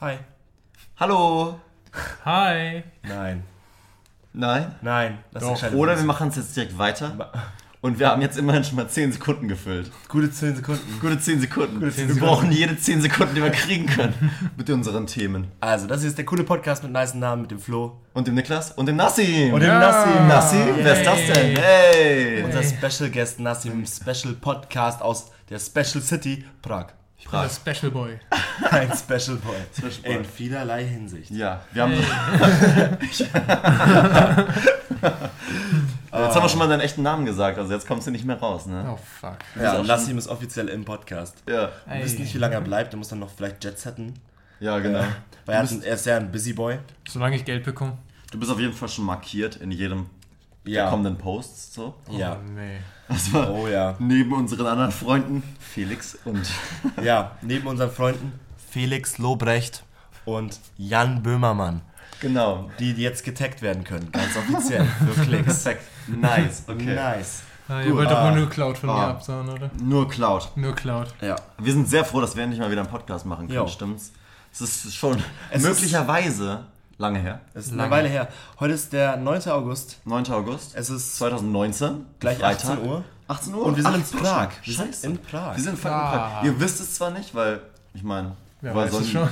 Hi. Hallo. Hi. Nein. Nein. Nein. Das Doch. entscheidet Oder uns. wir machen es jetzt direkt weiter. Ma- Und wir haben jetzt immerhin schon mal 10 Sekunden gefüllt. Gute 10 Sekunden. Gute 10 Sekunden. Gute 10 wir Sekunden. brauchen jede 10 Sekunden, die wir kriegen können. mit unseren Themen. Also, das ist der coole Podcast mit nice Namen, mit dem Flo. Und dem Niklas und dem Nassim. Und dem Ja. Nassim. Nassim? Wer ist das denn? Hey. Unser Special Guest Nassim im Special Podcast aus der Special City Prag. Ich bin der Special Boy. Ein Special Boy. Special Boy. In vielerlei Hinsicht. Ja, wir haben. jetzt haben wir schon mal deinen echten Namen gesagt, also jetzt kommst du nicht mehr raus, ne? Oh fuck. Ja, und Nassim ist offiziell im Podcast. Ja, Wir wissen nicht, wie lange er bleibt. Er muss dann noch vielleicht Jet setten. ja genau. Weil er, hat ein, er ist ja ein Busy Boy. Solange ich Geld bekomme. Du bist auf jeden Fall schon markiert in jedem Ja. kommenden Post, so. Oh, Ja. nee. Das war Oh ja. neben unseren anderen Freunden Felix und Ja, neben unseren Freunden Felix Lobrecht und Jan Böhmermann, genau. die jetzt getaggt werden können, ganz offiziell für Klicks. Perfekt. Nice, okay. Nice. Ah, ihr wollt doch Ah. mal nur Cloud von mir Ah. absahen, oder? Nur Cloud. Nur Cloud. Ja. Wir sind sehr froh, dass wir endlich mal wieder einen Podcast machen können, Jo. stimmt's? Es ist schon Es ist- möglicherweise lange her. Es ist eine Weile her. Heute ist der 9. August. 9. August. Es ist 2019. gleich Freitag. 18 Uhr. 18 Uhr. Und wir sind in Ach, Prag. Wir sind in Prag. Wir sind fucking Ah. Prag. Ihr wisst es zwar nicht, weil, ich meine, Wer woher, weiß sollen es schon?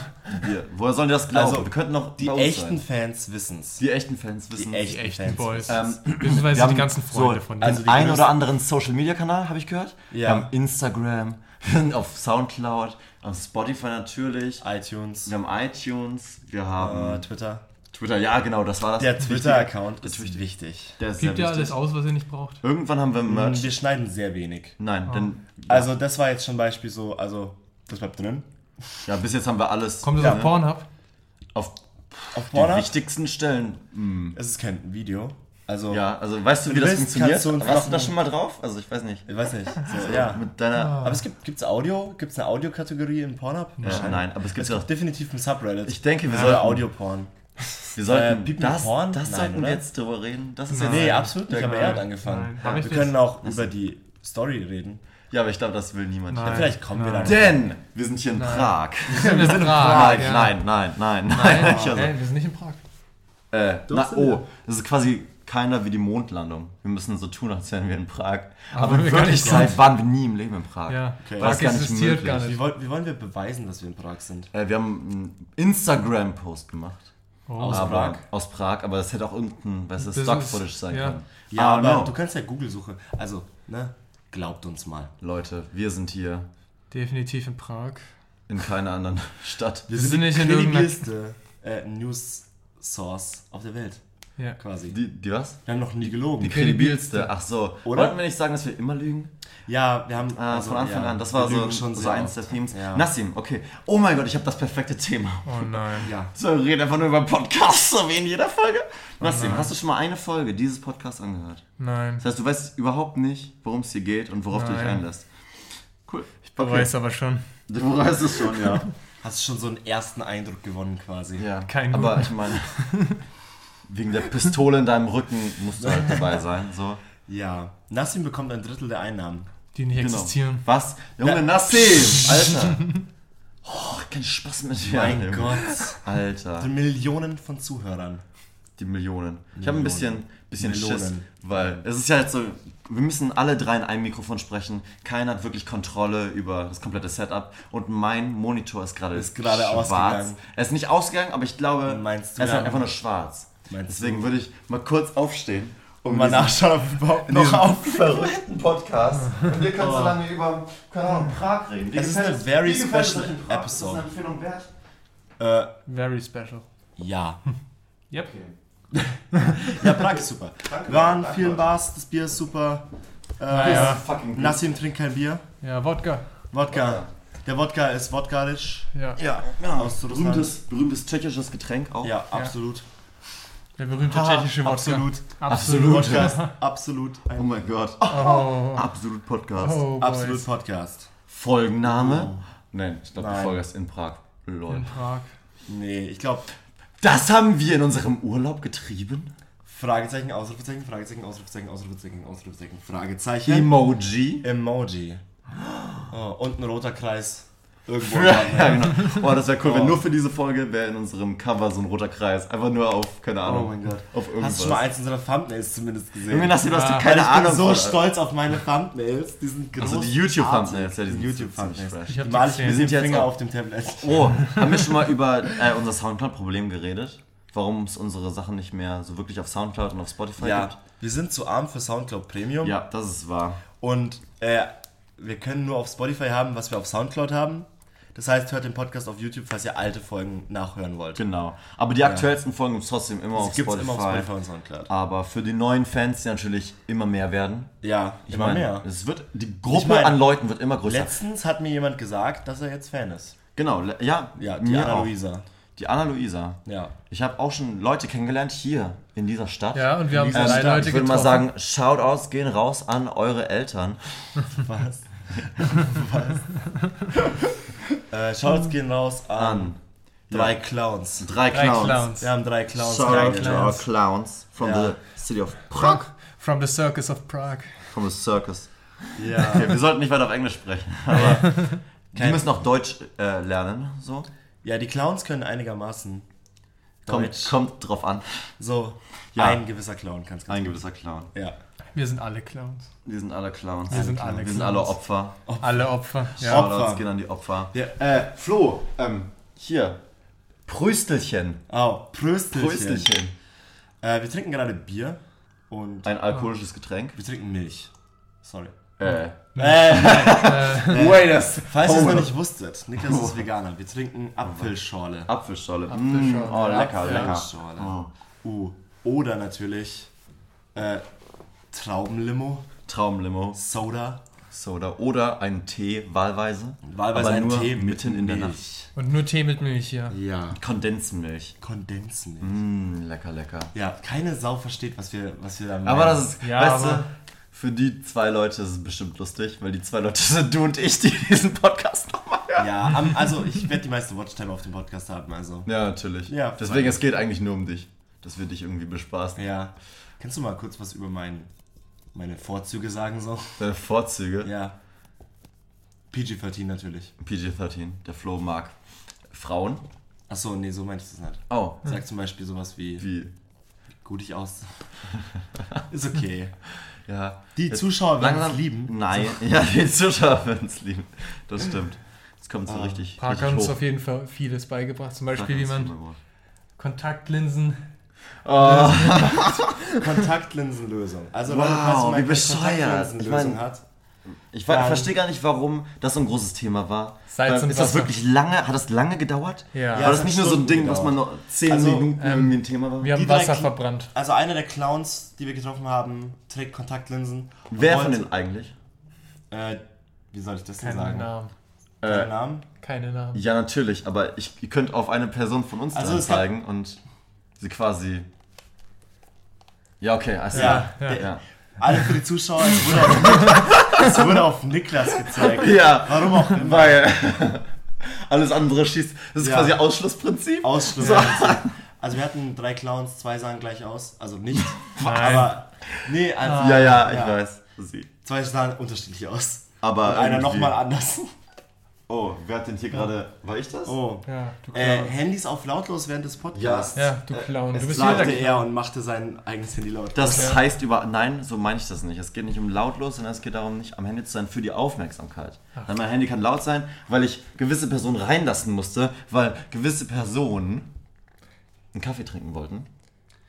wir- woher sollen die das glauben? Also, wir könnten noch die bei uns echten Sein. Fans wissen's. Die echten Fans wissen. Die es. echten Die echten Fans. Boys. Ähm, Beziehungsweise die ganzen Freunde so, von also denen. den einen oder anderen Social Media Kanal, habe ich gehört. Wir Ja. haben Instagram, wir sind auf Soundcloud, auf Spotify natürlich. iTunes, Wir haben iTunes, wir äh, haben Twitter. Twitter. Ja, genau, das war das. Der Wichtige. Twitter-Account ist wichtig. Der ist sehr Gibt ihr wichtig. alles aus, Mhm. was ihr nicht braucht? Irgendwann haben wir Merch. Wir schneiden sehr wenig. Nein, Ah. denn Also das war jetzt zum Beispiel so, also das bleibt drin. ja, bis jetzt haben wir alles ne, Kommt das Ja. auf Pornhub? auf Auf die Pornhub, wichtigsten Stellen. es ist kein Video. Also, Ja, also weißt du, wie das willst, funktioniert? kannst du uns Warst du noch- da schon mal drauf? Also ich weiß nicht. ich weiß nicht. So, ja. Also, Mit deiner. Aber es gibt gibt's Audio? Gibt's eine Audio-Kategorie in Pornhub? Ah. Ja, äh, nein, aber es gibt Es ja gibt auch. definitiv ein Subreddit. Ich denke, wir Also Ja, sollten. oder Audioporn. Wir Äh, sollten. Piep mit Ähm, das Horn? das Nein, sollten wir oder? jetzt drüber reden. Das ist Nein. jetzt. Nee, absolut nicht. Ja, Aber nein. er hat angefangen. Nein. Hab ich wir das- können auch über die Story reden. Ja, aber ich glaube, das will niemand. Nein. Vielleicht kommen wir Nein. dann. Denn wir sind hier in Prag. Wir sind in Prag. nein, Ah, ja. nein, nein, nein, nein, Nein, Ich- also, Hey, wir sind nicht in Prag. äh, na, oh, das ist quasi keiner wie die Mondlandung. Wir müssen so tun, als wären wir in Prag. Aber, Aber in wir gar nicht Wirklichkeit waren wir nie im Leben in Prag. Ja. Okay. Prag Das ist gar nicht existiert möglich. gar Wie, nicht. woll- wie wollen wir beweisen, dass wir in Prag sind? Äh, wir haben einen Instagram-Post gemacht. Oh. Aus aber, Prag? Aus Prag, aber das hätte auch irgendein, weißt du, Business, Stock-Footage sein ja. können. Ah, Ja, I don't aber know. du kannst ja Google-Suche. Also, ne? Glaubt uns mal. Leute, wir sind hier Definitiv in Prag. in keiner anderen Stadt. Wir sind nicht in irgendeiner- kredibilste äh, News-Source auf der Welt, Ja. quasi. Die, die was? Wir haben noch nie gelogen. Die kredibilste. Ach so. Oder? Wollten wir nicht sagen, dass wir immer lügen? ja, wir haben... also, Ah, von Anfang ja, an. Das war wir so, lügen schon so sehr eins oft. der Themes. Ja. Nassim, okay. Oh mein Gott, ich habe das perfekte Thema. Oh nein. Ja. So, wir reden einfach nur über Podcasts, so wie in jeder Folge. Nassim, hast du schon mal eine Folge dieses Podcasts angehört? Nein. Das heißt, du weißt überhaupt nicht, worum es hier geht und worauf du dich Nein. einlässt. Cool. Ich Du weißt aber schon. Du weißt es schon, ja. Hast schon so einen ersten Eindruck gewonnen quasi. ja. Kein Aber guter. ich meine, wegen der Pistole in deinem Rücken musst du halt dabei sein. So. Ja. Nassim bekommt ein Drittel der Einnahmen. Die nicht Genau. existieren. Was? Junge, Ja. Nassim! Alter! Oh, kein Spaß mit dir. Mein Junge. Gott. Alter. Millionen von Zuhörern. Die Millionen. Ich habe ein bisschen, bisschen Millionen. Schiss, weil es ist ja jetzt so, wir müssen alle drei in einem Mikrofon sprechen. Keiner hat wirklich Kontrolle über das komplette Setup. Und mein Monitor ist gerade Ist gerade ausgegangen. Er ist nicht ausgegangen, aber ich glaube, Meinst du, er ist ja. halt einfach nur schwarz. Meinst Deswegen würde ich mal kurz aufstehen und Um Mal nachschauen, ob überhaupt noch auf. verrückten Podcast. Und wir können so lange über, keine Ahnung, Prag reden. Wie Oh. Es ist gefällt eine very wie gefällt es special euch in Prag? Ist das episode. eine Empfehlung wert? Äh, Very special. ja. Yep. Ja, Prag ist super. Danke, Wir waren danke, in vielen Leute. Bars, das Bier ist super. Äh, Naja. Fucking gut. Nassim trinkt kein Bier. Ja, Wodka. Wodka. Wodka. Der Wodka ist wodkarisch. Ja. Ja, ja. Aus Russland. berühmtes, berühmtes tschechisches Getränk auch. Ja, absolut. Der berühmte Haha, tschechische Wodka. Absolut. Absolut. Wodka ist absolut Oh ein mein Gott. Oh. Absolut Podcast. Oh, boys. absolut Podcast. Folgenname? Nein, ich glaube, die Oh. Nein. Folge ist in Prag. Lol. In Prag. Nee, ich glaube, Das haben wir in unserem Urlaub getrieben? Fragezeichen, Ausrufezeichen, Fragezeichen, Ausrufezeichen, Ausrufezeichen, Ausrufezeichen, Fragezeichen. Emoji? Emoji. Oh, und ein roter Kreis. irgendwo. im Land, Ja, genau. Oh, das wäre cool, Oh. wenn nur für diese Folge wäre in unserem Cover so ein roter Kreis. Einfach nur auf, keine Ahnung. Oh mein Gott. Auf irgendwas. Hast du schon mal eins unserer Thumbnails zumindest gesehen? Irgendwie hast du, dass Ja, du keine ich Ahnung bin so von- stolz auf meine Thumbnails. äh, Die sind groß. Also die YouTube-Thumbnails, ja, die sind ziemlich YouTube-Thumbnails. fresh. Ich hab die Mal ich gesehen. mir sind den jetzt Finger auch- auf dem Tablet. Oh, haben wir schon mal über äh, unser Soundcloud-Problem geredet? Warum es unsere Sachen nicht mehr so wirklich auf Soundcloud und auf Spotify gibt? Ja, wir sind zu arm für Soundcloud Premium. Ja, das ist wahr. Und äh, wir können nur auf Spotify haben, was wir auf Soundcloud haben. Das heißt, hört den Podcast auf YouTube, falls ihr alte Folgen nachhören wollt. Genau. Aber die aktuellsten Folgen gibt es trotzdem immer auf, Das gibt's Spotify, immer auf Spotify Ah, und Soundcloud. Aber für die neuen Fans, die natürlich immer mehr werden. Ja, ich meine, meine mehr. Es wird, die Gruppe meine, an Leuten wird immer größer. Letztens hat mir jemand gesagt, dass er jetzt Fan ist. Genau, le- ja. Ja, die mir Anna auch. Luisa. Die Anna-Luisa. Ja. Ich habe auch schon Leute kennengelernt hier in dieser Stadt. Ähm, Ja, und wir haben Lisa drei Stahl, Leute ich würde mal getroffen. sagen, Shoutouts gehen raus an eure Eltern. Was? Was? äh, Shoutouts gehen raus an, Hm. An drei Clowns. drei Drei Clowns. Clowns. Wir haben drei Clowns. Shoutout drei to Clowns. our clowns from Ja. the city of From, Prague, from the Circus of Prague. from the circus. Ja. wir sollten nicht weiter auf Englisch sprechen, aber die müssen auch Deutsch äh, lernen. So. ja, die Clowns können einigermaßen Kommt, Deutsch. kommt drauf an. So, Ja. ein gewisser Clown kann es Ein gewisser Clown. Ja. Wir sind alle Clowns. Wir sind alle Clowns. Wir sind alle Wir sind Clowns. alle Opfer. Alle Opfer. Ja. Opfer. Shoutouts gehen an die Opfer. Ja, äh, Flo, ähm, hier. Pröstelchen. Oh, Pröstelchen. Pröstelchen. Äh, wir trinken gerade Bier und Ein alkoholisches Getränk. wir trinken Milch. Sorry. Äh. Äh, Wait a falls ihr es Oh. noch nicht wusstet, Niklas ist Veganer. Wir trinken Apfelschorle. Apfelschorle. Apfelschorle. Mm, oh, lecker, lecker. Apfelschorle. Uh. Oder natürlich äh, Traubenlimo, Traumlimo. Soda, Soda. Oder einen Tee, wahlweise. wahlweise Aber ein nur Tee mit mitten in der Nacht. Milch. Und nur Tee mit Milch hier. Ja. Kondensmilch. Kondensmilch. Mm, lecker, lecker. Ja, keine Sau versteht, was wir, was wir da machen. Aber das ist, Ja, weißt aber- du, für die zwei Leute ist es bestimmt lustig, weil die zwei Leute sind du und ich, die diesen Podcast nochmal hören. Ja, am, also ich werde die meiste Watchtime auf dem Podcast haben, also. Ja, natürlich. Ja, Deswegen, es geht eigentlich nur um dich, dass wir dich irgendwie bespaßen. Ja. Kannst du mal kurz was über mein, meine Vorzüge sagen so? Deine Vorzüge, Ja. PG-13 natürlich. PG-13, der Flo mag Frauen. Achso, nee, so meinte ich das nicht. Oh, Sag zum Beispiel sowas wie, wie, gut ich aus. Ist okay. ja. Die Jetzt Zuschauer werden es lieben. Nein, ja, die Zuschauer werden es lieben. Das stimmt. Jetzt kommt Ah. so richtig, Park hat richtig uns hoch. auf jeden Fall vieles beigebracht. Zum Park Beispiel, wie hat's man gemacht. Kontaktlinsen. Oh, Kontaktlinsenlösung. Also Wow, man wie keine bescheuert. Ich Kontaktlinsenlösung mein- hat. ich ver- Dann- verstehe gar nicht, warum das so ein großes Thema war. Salz Weil und ist das Wasser. wirklich lange, hat das lange gedauert? Ja. War Ja, das es nicht hat nur so ein Stunden Ding, gedauert. was man nur 10 Also, Minuten ähm, irgendwie ein Thema war? Wir haben drei Wasser Kl- verbrannt. Also einer der Clowns, die wir getroffen haben, trägt Kontaktlinsen. und Wer von wollte- denen eigentlich? Äh, wie soll ich das denn Keine sagen? Namen. Keinen Äh, Namen? Keine Namen. Ja, natürlich, aber ich, ihr könnt auf eine Person von uns Also dann es gab- zeigen und sie quasi. Ja, okay, also. Ja, ja. Der, Ja. Alle für die Zuschauer, es wurde auf, es wurde auf Niklas gezeigt. Ja. Warum auch immer. Weil alles andere schießt. Das ist Ja. quasi Ausschlussprinzip. Ausschluss. Also wir hatten drei Clowns, zwei sahen gleich aus. Also nicht. aber nee, also ja, Ah, ja, ich Ja. weiß. Sie. zwei sahen unterschiedlich aus. Aber Und einer irgendwie- nochmal anders. Oh, wer hat denn hier gerade. War ich das? Oh. Ja, du Äh, Clown. Handys auf lautlos während des Podcasts. ja, du Äh, Clown. Es Du bist wieder sagte der eh er und machte sein eigenes Handy laut. Das Ja. heißt über. Nein, so meine ich das nicht. Es geht nicht um lautlos, sondern es geht darum, nicht am Handy zu sein für die Aufmerksamkeit. Weil mein Handy kann laut sein, weil ich gewisse Personen reinlassen musste, weil gewisse Personen einen Kaffee trinken wollten.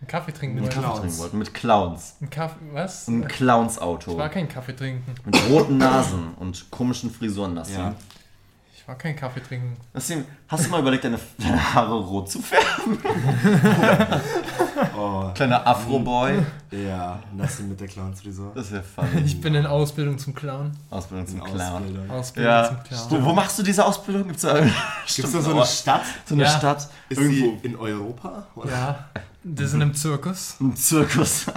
Einen Kaffee trinken Einen wollte. Clown. Kaffee trinken wollten. Mit Clowns. Einen Kaffee, was? Ein Ich Clowns-Auto. war kein Kaffee trinken. Mit roten Nasen und komischen Frisuren lassen. Ja. Ich war kein Kaffee trinken. Nassim, hast du mal überlegt, deine, deine Haare rot zu färben? Oh, Kleiner Afro-Boy. ja, Nassim mit der Clownsfrisur. Das wäre funny. Ich bin in Ausbildung zum Clown. Ausbildung zum Clown. Ausbildung. Ausbildung Ja. zum Clown. Wo, wo machst du diese Ausbildung? Gibt's da irgendeine Gibt's da so Oh. eine Stadt? so eine Ja. Stadt? Ist irgendwo sie in Europa? Oder? Ja. Wir sind im Zirkus. ein Zirkus.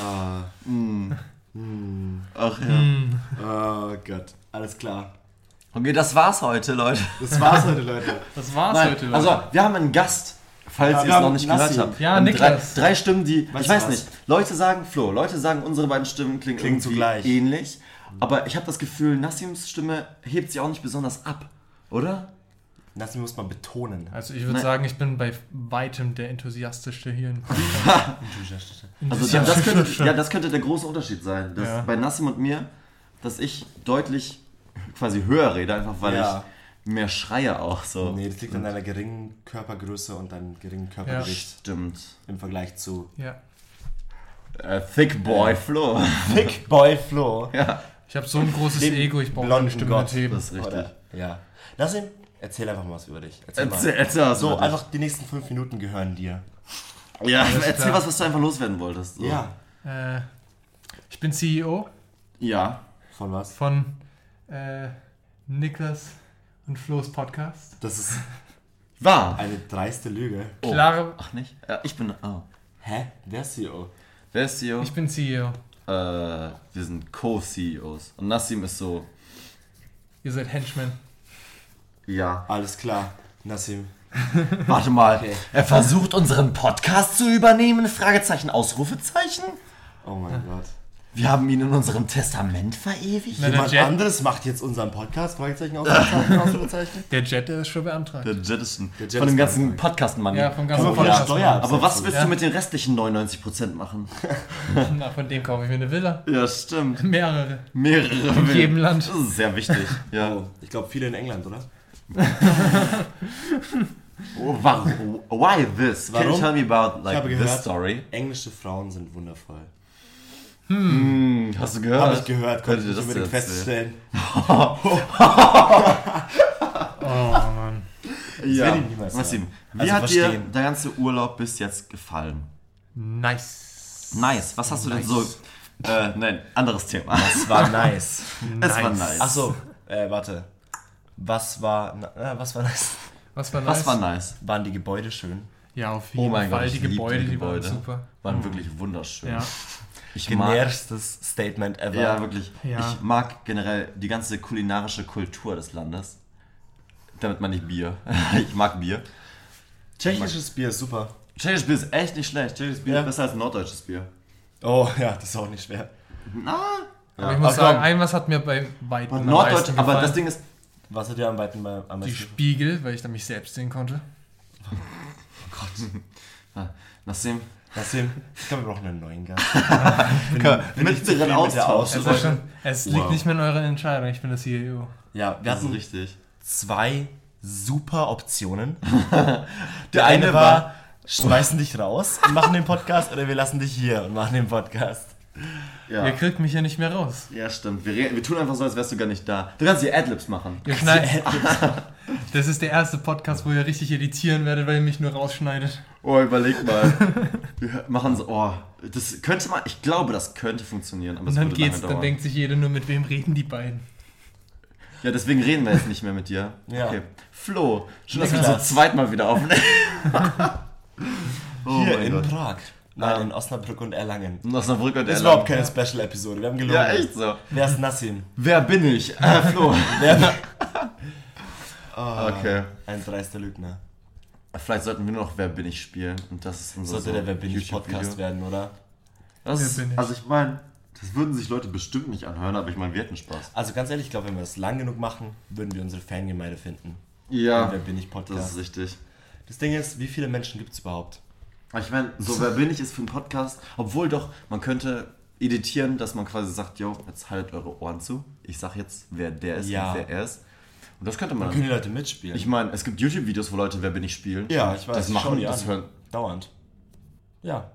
Ah. hm. Ach ja. Oh Gott, alles klar. Hm. Okay, das war's heute, Leute. Das war's heute, Leute. Das war's Nein, heute. also, wir haben einen Gast, Ja, falls wir ihr es noch haben nicht Nassim. gehört habt. Ja, Ähm, Niklas. Drei, drei Stimmen, die, Weißt ich du weiß was? nicht, Leute sagen, Flo, Leute sagen, unsere beiden Stimmen klingen, Klingen irgendwie zugleich. ähnlich. Aber ich habe das Gefühl, Nassims Stimme hebt sich auch nicht besonders ab. Oder? Das muss man betonen. Also ich würde Nein. sagen, ich bin bei weitem der enthusiastischste hier. In Also Ja, ja, das, könnte, schon. ja, das könnte der große Unterschied sein. Dass Ja. Bei Nassim und mir, dass ich deutlich quasi höher rede, einfach weil Ja. ich mehr schreie auch so. Nee, das liegt an deiner geringen Körpergröße und deinem geringen Körpergewicht Stimmt. im Vergleich zu ja. Äh, thick Boy Flo. Thick Boy Flo. ja, Ich habe so ein großes Dem Ego, ich brauche blonden eine Stimme Gott. mit Heben. das ist richtig. Oder, ja. Nassim, erzähl einfach mal was über dich. Erzähl, Erzähl, mal. erzähl was So, über dich. einfach die nächsten fünf Minuten gehören dir. Ja, erzähl klar. was, was du einfach loswerden wolltest. So. Äh, ich bin CEO Ja. Von was? von äh, Niklas und Flo's Podcast. Das ist War. eine dreiste Lüge. Oh. Klare- Ach nicht? Ja, ich bin. Oh. Hä? Wer ist E CEO? Wer ist CEO? Ich bin E CEO. äh, wir sind Co-CEOs. Und Nassim ist so. Ihr seid Henchmen. Ja. Alles klar, Nassim. Warte mal. Okay. Er versucht unseren Podcast zu übernehmen? Fragezeichen, Ausrufezeichen? Oh mein Gott. Wir haben ihn in unserem Testament verewigt. Na, der Jemand Jet- anderes macht jetzt unseren Podcast? Fragezeichen, Ausrufezeichen, Ausrufezeichen. Der Jet der ist schon beantragt. Der Jettison. Der Jettison. Von dem ganzen Podcast-Mann. ja, vom Kann ganzen man von der Podcast. Steuer Aber was willst Ja. du mit den restlichen 99% machen? Na, von dem kaufe ich mir eine Villa. Ja, stimmt. Mehrere. Mehrere. In jedem Land. Das ist sehr wichtig. Ja. Oh, ich glaube, viele in England, oder? Oh, warum? Why this? Can you Warum? tell me about like, habe this gehört- story? Englische Frauen sind wundervoll. Hm, hast du gehört? Habe ich gehört, konnte ich Könnte nicht das unbedingt jetzt- feststellen. Oh Mann. Ja. werde ich niemals Nassim, wie Also hat dir verstehen. der ganze Urlaub bis jetzt gefallen? Nice. Nice. Was hast du denn so? Äh, nein, anderes Thema. Es Es war nice. war nice. Achso, äh, warte. Was war, na, äh, was war nice? Was war nice? Was war nice? Waren die Gebäude schön? Ja, auf jeden Oh mein Fall. Gott, die ich lieb Gebäude, die die waren Gebäude. super. Waren wirklich wunderschön. Ja. Ich mag, Genervstes Statement ever. ja, wirklich. Ja. Ich mag generell die ganze kulinarische Kultur des Landes. Damit meine ich Bier. ich mag Bier. Tschechisches Bier ist super. Tschechisches Bier ist echt nicht schlecht. Tschechisches Bier Ja. ist besser als norddeutsches Bier. Oh ja, das ist auch nicht schwer. Aber ich muss Ach, komm. sagen, ein was hat mir bei weitem am Norddeutsch, meisten aber gefallen. das Ding ist, Was hat dir am weiten bei am Die meisten? Spiegel, weil ich da mich selbst sehen konnte. Ah, Nassim, Nassim, ich glaube, wir brauchen einen neuen Gast. mittleren zufrieden mit der Austausch. Auswahl. Es, Also- ist schon, es Wow. liegt nicht mehr in eurer Entscheidung, ich bin das CEO. Ja, wir Das ist hatten richtig. zwei super Optionen. Der Der eine eine war, schmeißen dich raus und machen den Podcast oder wir lassen dich hier und machen den Podcast. Ja, Ihr kriegt mich hier nicht mehr raus. ja stimmt. Wir, re- wir tun einfach so, als wärst du gar nicht da. Du kannst hier Adlibs machen. Ihr schneidet. Das ist der erste Podcast, wo ihr richtig editieren werdet, weil ihr mich nur rausschneidet. Oh, überleg mal. Wir machen so, oh, das könnte mal, ich glaube, das könnte funktionieren, aber es Und dann würde geht's, lange dann dauern. denkt sich jeder nur, mit wem reden die beiden. ja, deswegen reden wir jetzt nicht mehr mit dir. Ja. Flo, schön, dass wir Niklas. so zweit mal wieder aufnehmen. oh hier mein in Gott. Prag. Nein, Ja. in Osnabrück und Erlangen. In Osnabrück und Das ist Erlangen. überhaupt keine Special-Episode, wir haben gelogen. Ja, echt so. Wer ist Nassim? Wer bin ich? Äh, Flo. Ah. Wer oh, Okay. Ein dreister Lügner. Vielleicht sollten wir nur noch Wer bin ich spielen. Und das ist unser Sollte so der Wer bin ich YouTube-Video. Podcast werden, oder? Das Wer ist, bin ich? Also ich meine, das würden sich Leute bestimmt nicht anhören, aber ich meine, wir hätten Spaß. Also ganz ehrlich, ich glaube, wenn wir das lang genug machen, würden wir unsere Fangemeinde finden. Ja, Wer bin ich Podcast. das Das, ist richtig. Ding ist, wie viele Menschen gibt es überhaupt? Aber ich meine, so Wer bin ich ist für einen Podcast, obwohl doch, man könnte editieren, dass man quasi sagt, yo, jetzt haltet eure Ohren zu. Ich sag jetzt, wer der ist Ja. und wer er ist. Und das könnte man. Können die Leute mitspielen? ich meine, es gibt YouTube-Videos, wo Leute Wer bin ich spielen. ja, ich weiß. Das ich schau machen, die das an. hören. Dauernd. Ja.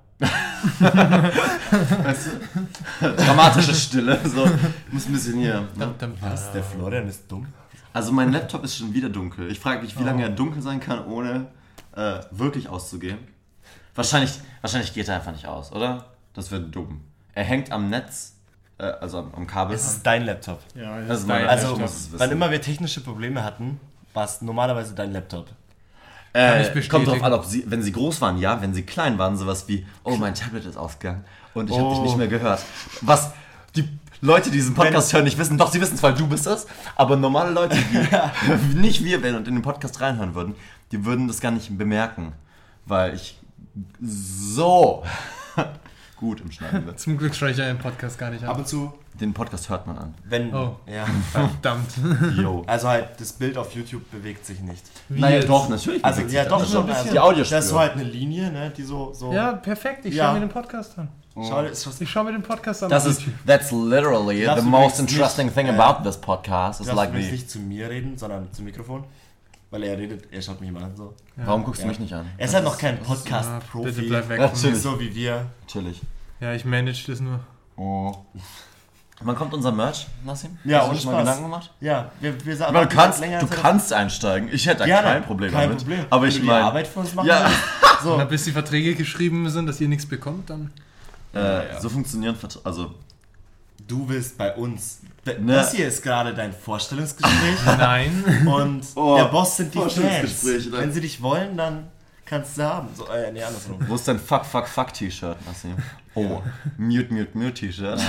Dramatische Stille. So, muss ein bisschen hier. Ne? Dam, dam, dam. Was? Der Florian ist dumm? Also mein Laptop ist schon wieder dunkel. Ich frage mich, wie Oh. lange er dunkel sein kann, ohne äh, wirklich auszugehen. Wahrscheinlich, wahrscheinlich geht er einfach nicht aus, oder? Das wäre dumm. Er hängt am Netz, äh, also am, am Kabel. Es ist dein Laptop. Ja, das Also ist mein- dein Also, ich Laptop. muss es wissen. wann immer wir technische Probleme hatten, war es normalerweise dein Laptop. Äh, ich kommt drauf bestätigen. an, ob sie, wenn sie groß waren, ja. Wenn sie klein waren, sowas wie, oh, mein Tablet ist ausgegangen und ich habe dich Oh. nicht mehr gehört. Was die Leute, die diesen Podcast hören, nicht wissen. Doch, sie wissen es, weil du bist es. Aber normale Leute, die nicht wir wären und in den Podcast reinhören würden, die würden das gar nicht bemerken. Weil ich so gut im Schneiden bin. Zum Glück schaue ich ja im Podcast gar nicht Ab an. und zu, Den Podcast hört man an. wenn. Oh. Ja. Verdammt. Yo. Also halt, das Bild auf YouTube bewegt sich nicht. Wie jetzt? natürlich. Also, bewegt ja, sich doch das. schon. bisschen. Also, Die Audiospur. Da ist so halt eine Linie, ne, die so. so Ja, perfekt. Ich Ja. schaue mir den Podcast an. Schau, ist was. Ich schaue mir den Podcast an. Das auf ist, YouTube. that's literally Darfst du the most übrigens interesting nicht, thing äh, about this podcast. Is Darfst like du übrigens the, nicht zu mir reden, sondern zum Mikrofon? Weil er redet, er schaut mich mal an. So. Warum guckst Ja. du mich nicht an? Er ist halt noch Das kein Ja, Podcast-Profi. Bitte bleib weg. Ja, von mir. natürlich. So wie wir. Chillig. Ja, ich manage das nur. Oh. Wann kommt unser Merch, Nassim? Ja, Hast du und dir schon mal Spaß. Gedanken gemacht? Ja, wir, wir sagen. Aber du kannst, länger du als er- kannst einsteigen. Ich hätte da Gerne, kein Problem kein damit. Problem. Aber Wenn ich du die meine, Arbeit für uns machen Ja. Ne. willst. So. Na, bis die Verträge geschrieben sind, dass ihr nichts bekommt, dann. äh, so funktionieren Vert- also Du bist bei uns. D- Ne. Das hier ist gerade dein Vorstellungsgespräch Nein. und Oh, der Boss sind die Fans. Vorstellungsgespräch, ne? Wenn sie dich wollen, dann kannst du haben. So, äh, nee, andersrum. Wo ist dein Fuck, Fuck, Fuck T-Shirt, Nassim? Oh, Mute, Mute, Mute T-Shirt.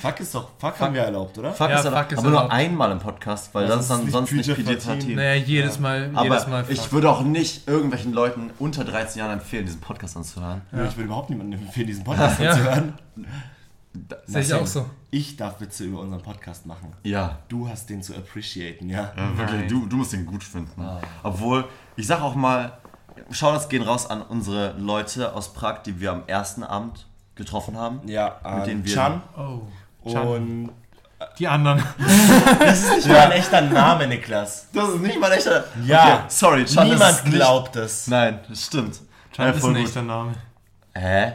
Fuck ist doch, fuck, haben wir erlaubt, oder? Fuck Ja, ist aber, Fuck ist aber nur erlaubt. einmal im Podcast, weil Ja, das ist sonst dann nicht sonst nicht PG-13. PG-13. Naja, jedes Mal. jedes Aber mal ich fuck. würde auch nicht irgendwelchen Leuten unter 13 Jahren empfehlen, diesen Podcast anzuhören. Nö, Ich würde überhaupt niemandem empfehlen, diesen Podcast Ja. zu hören. Sehe ich auch so. Ich darf Witze über unseren Podcast machen. Ja. Du hast den zu appreciaten, ja? Ja, wirklich, du, du musst den gut finden. Ah. Obwohl, ich sag auch mal, Shoutouts gehen raus an unsere Leute aus Prag, die wir am ersten Abend getroffen haben. Ja, ähm, Mit denen wir- Chan Oh. Chan. und... Die anderen. Das ist ja. ein echter Name, Niklas. Das ist nicht mal echter. Ja. Okay, sorry, Chan das Niemand ist nicht- glaubt es. Nein, das stimmt. Chan Ja, ist voll ein gut. echter Name. Hä?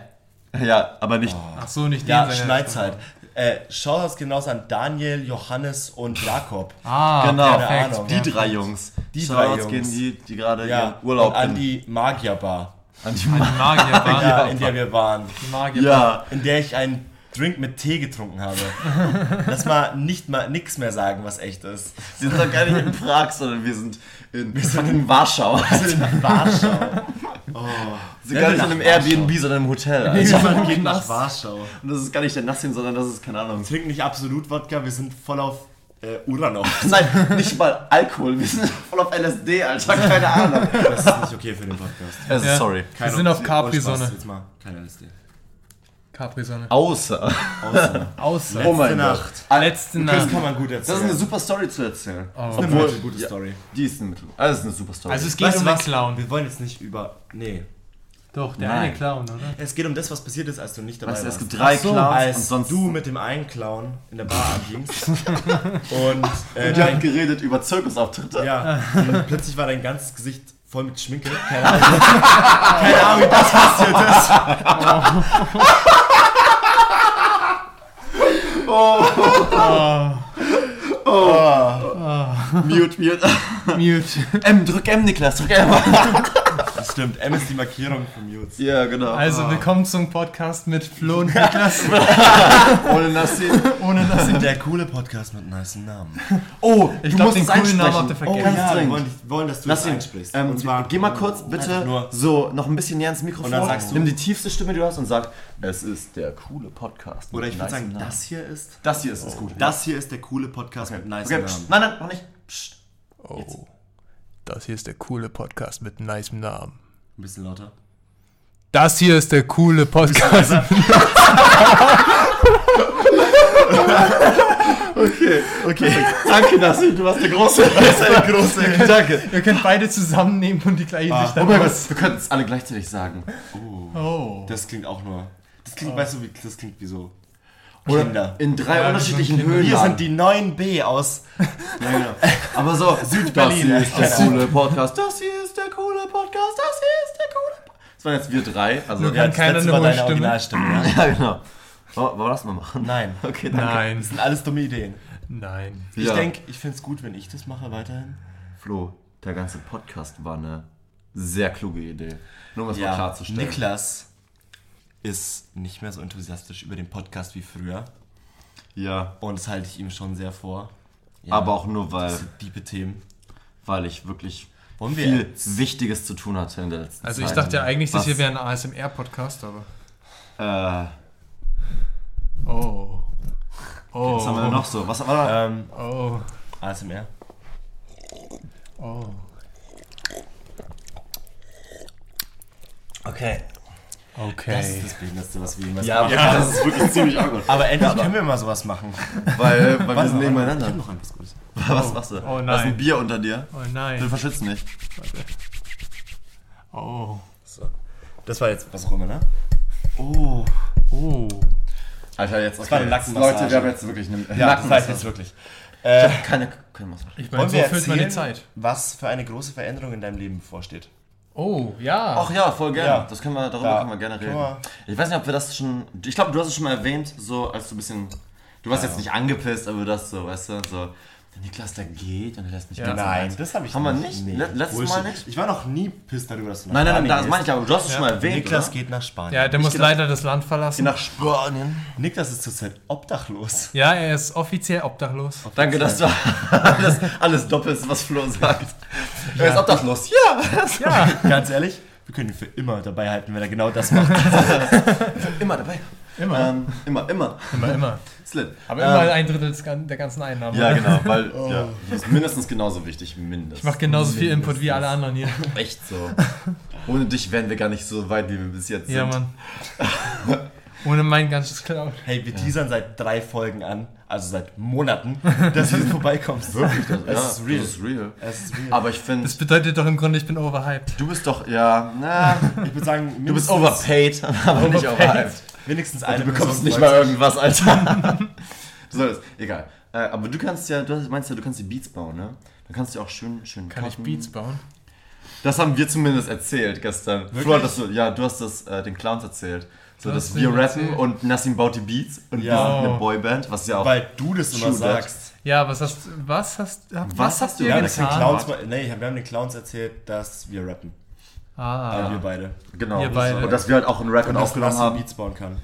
Ja, aber nicht. Oh. Ach so, nicht den. Ja, Sänger. schneid's halt. Äh, Shoutouts genauso an Daniel, Johannes und Jakob. Ah, Genau, keine perfekt. Ahnung. die drei Jungs. Die Shoutouts drei gehen Jungs. die, die gerade Ja, ihren Urlaub Ah, und an die Magierbar, an die Die Magier waren. ja, in der wir waren. Die Magier waren. Ja, In der ich einen Drink mit Tee getrunken habe. Lass mal nicht mal nix mehr sagen, was echt ist. wir sind doch gar nicht in Prag, sondern wir sind in, wir sind in Warschau. Wir sind in Warschau. Wir Oh. sind gar nicht in einem Airbnb, sondern im Hotel. Alter. Niemand geht nach Warschau. Und das ist gar nicht der Nassim, sondern das ist, keine Ahnung. Trink nicht absolut Wodka, wir sind voll auf äh, Uranov. Nein, nicht mal Alkohol. Wir sind voll auf LSD, Alter. Keine Ahnung. Das ist nicht okay für den Podcast. Also, Ja. sorry. Wir sind auf Oh, Spaß, Capri-Sonne. jetzt mal. Keine LSD. Capri-Sonne. Außer. Außer. Außer. Oh mein Nacht. Gott. Letzte Das Nacht. kann man gut erzählen. Das ist eine super Story zu erzählen. Oh. Obwohl, eine gute Story. Die ist ein Mittel. Also, das ist eine super Story. Also es geht Weißt um du den was? Clown. Wir wollen jetzt nicht über. Nee. Doch, der Nein. eine Clown, oder? Es geht um das, was passiert ist, als du nicht dabei Weißt du, es warst. gibt drei Ach so, Clowns und als sonst du mit dem einen Clown in der Bar abgingst und, äh, Die haben dein, geredet über Zirkusauftritte. ja, und plötzlich war dein ganzes Gesicht voll mit Schminke. Keine Ahnung, keine Ahnung wie das passiert ist. Mute, mute. Mute. M, drück M, Niklas, drück M. Das stimmt, M ist die Markierung von Mutes. Ja, genau. Also, willkommen zum Podcast mit Flo und Niklas. Ohne Nassim. Ohne das. Der coole Podcast mit nice Namen. Oh, Ich du glaub, musst den es coolen einsprechen. Namen habt ihr vergessen. Oh, Ganz ganz ja, wir dringend. wollen, dich- wollen, dass du Lass das ihn. einsprichst. Ähm, und zwar, geh mal kurz bitte Einfach nur- so noch ein bisschen näher ins Mikrofon. Und dann sagst du- nimm die tiefste Stimme, die du hast, und sag, es ist der coole Podcast. mit oder ich würde nice sagen, Namen. das hier ist. Das hier ist, ist gut. Das hier ist der coole Podcast mit nice okay, Namen. pst. Nein, nein, noch nicht. Psst. Oh, Das hier ist der coole Podcast mit nicem Namen. Ein bisschen lauter. Das hier ist der coole Podcast. Okay, danke, Nassim, du warst der große. Du bist eine große. danke. Ihr könnt beide zusammennehmen und die gleichen sich Oh dann mein Gott, wir könnten es alle gleichzeitig sagen. Oh. Das klingt auch nur. Das klingt, weißt du, wie, das klingt wie so. Oh. Oder Kinder. in drei Ja, unterschiedlichen wir sind Höhen. Wir sind die 9B aus. genau. Aber so, Südberlin. Das hier ist der Keine coole Podcast. Das hier ist der coole Podcast. Das hier ist der coole Podcast. Das waren jetzt wir drei. Also, Nur ja, kann keiner Letzte eine war hohe deine Stimme. Originalstimme. Ja. ja, genau. Wollen wir das mal machen? Nein. Okay, danke. Das Nein. sind alles dumme Ideen. Nein. Ich Ja. denke, ich finde es gut, wenn ich das mache weiterhin. Flo, der ganze Podcast war eine sehr kluge Idee. Nur um das mal klarzustellen. Niklas ist nicht mehr so enthusiastisch über den Podcast wie früher. Ja. Und das halte ich ihm schon sehr vor. Ja, Aber auch nur, Das weil, sind diepe Themen. weil ich wirklich Wollen wir viel jetzt- Wichtiges zu tun hatte in der letzten Also, Zeit. ich dachte ja eigentlich, das Was- hier wäre ein ASMR-Podcast, Äh, aber. Oh. was haben wir denn Oh. noch so? Was war da? Ähm, Oh. ASMR. Oh. Okay. Das Okay. ist das Behindertste, was wir jemals Ja, gemacht ja, das ist wirklich ziemlich awkward. haben. Aber endlich können wir mal sowas machen. Weil, weil wir Warte sind mal, warte mal, Ich nebeneinander. hab noch ein was Gutes. Was machst du? Oh Hast ein nein. Bier unter dir? Oh Du nein. verschützt nicht. Oh. So. Das war jetzt was auch immer, ne? Oh. Oh. Alter, jetzt war eine Nackenmassage. Leute, wir haben jetzt wirklich eine Ja, das heißt jetzt wirklich. Äh, Keine, keine Massage. Ich meine, wollen so wir füllt man die erzählen, Zeit. was für eine große Veränderung in deinem Leben bevorsteht? Oh, ja. Ach ja, voll gerne. Ja. Das können wir, darüber Da. können wir gerne reden. Können wir- Ich weiß nicht, ob wir das schon. Ich glaube, du hast es schon mal erwähnt, so als du ein bisschen. Du warst jetzt nicht angepisst, aber das so, weißt du, so. Der Niklas, der geht und der lässt mich ganz Nein, allein. das habe ich Haben wir nicht? Nee. Le- letztes Bullshit. Mal nicht? Ich war noch nie pissed darüber, dass du nach Nein, nein, nein, das gehst. meine ich aber. Du hast es schon mal erwähnt. Niklas oder? geht nach Spanien. ja, der muss gedacht- leider das Land verlassen. nach Spanien. Niklas ist zurzeit obdachlos. Ja, er ist offiziell obdachlos. Danke, dass du alles, alles doppelt, was Flo sagt. Er ist obdachlos. Ja, Ja, Ganz ehrlich, wir können ihn für immer dabei halten, wenn er genau das macht. immer dabei. immer. Ähm, immer, immer. immer, immer. Slit. Aber Ähm, immer ein Drittel des, Gan- der ganzen Einnahmen. Ja, genau, weil Oh. ja, das ist mindestens genauso wichtig, mindestens. Ich mache genauso viel Input wie alle anderen hier. Echt so. Ohne dich wären wir gar nicht so weit, wie wir bis jetzt Ja, sind. Mann. Ohne mein ganzes Cloud. Hey, wir teasern seit drei Folgen an, also seit Monaten, dass du vorbeikommst. Wirklich? Das, Also, ja, Es ist real. Das ist real. Es ist real. Aber ich finde, Das bedeutet doch im Grunde, ich bin overhyped. du bist doch, ja, na, ich würde sagen, du mindestens- bist overpaid, aber nicht overhyped. Wenigstens Du eine bekommst Person nicht mal freut sich. irgendwas, Alter. du sollst, egal. Äh, aber du kannst ja, du hast- meinst ja, du kannst die Beats bauen, ne? Dann kannst du auch schön, schön Kann ich cutten. Beats bauen? Das haben wir zumindest erzählt gestern. Flo hat das so, ja, du hast das äh, den Clowns erzählt. So, Du dass hast wir denen rappen erzählt. und Nassim baut die Beats und wir Ja. sind eine Boyband, was ja auch. Weil du das immer True that. sagst. Ja, was hast, was hast, hab- was Was hast hast du du- Ja, Wir haben hier den getan? Clowns, mal- nee, wir haben den Clowns erzählt, dass wir rappen. Ah, Wir beide. genau. Ihr beide. Und dass wir halt auch einen Rap Und und dass aufgenommen Nassim haben. Beats bauen kann.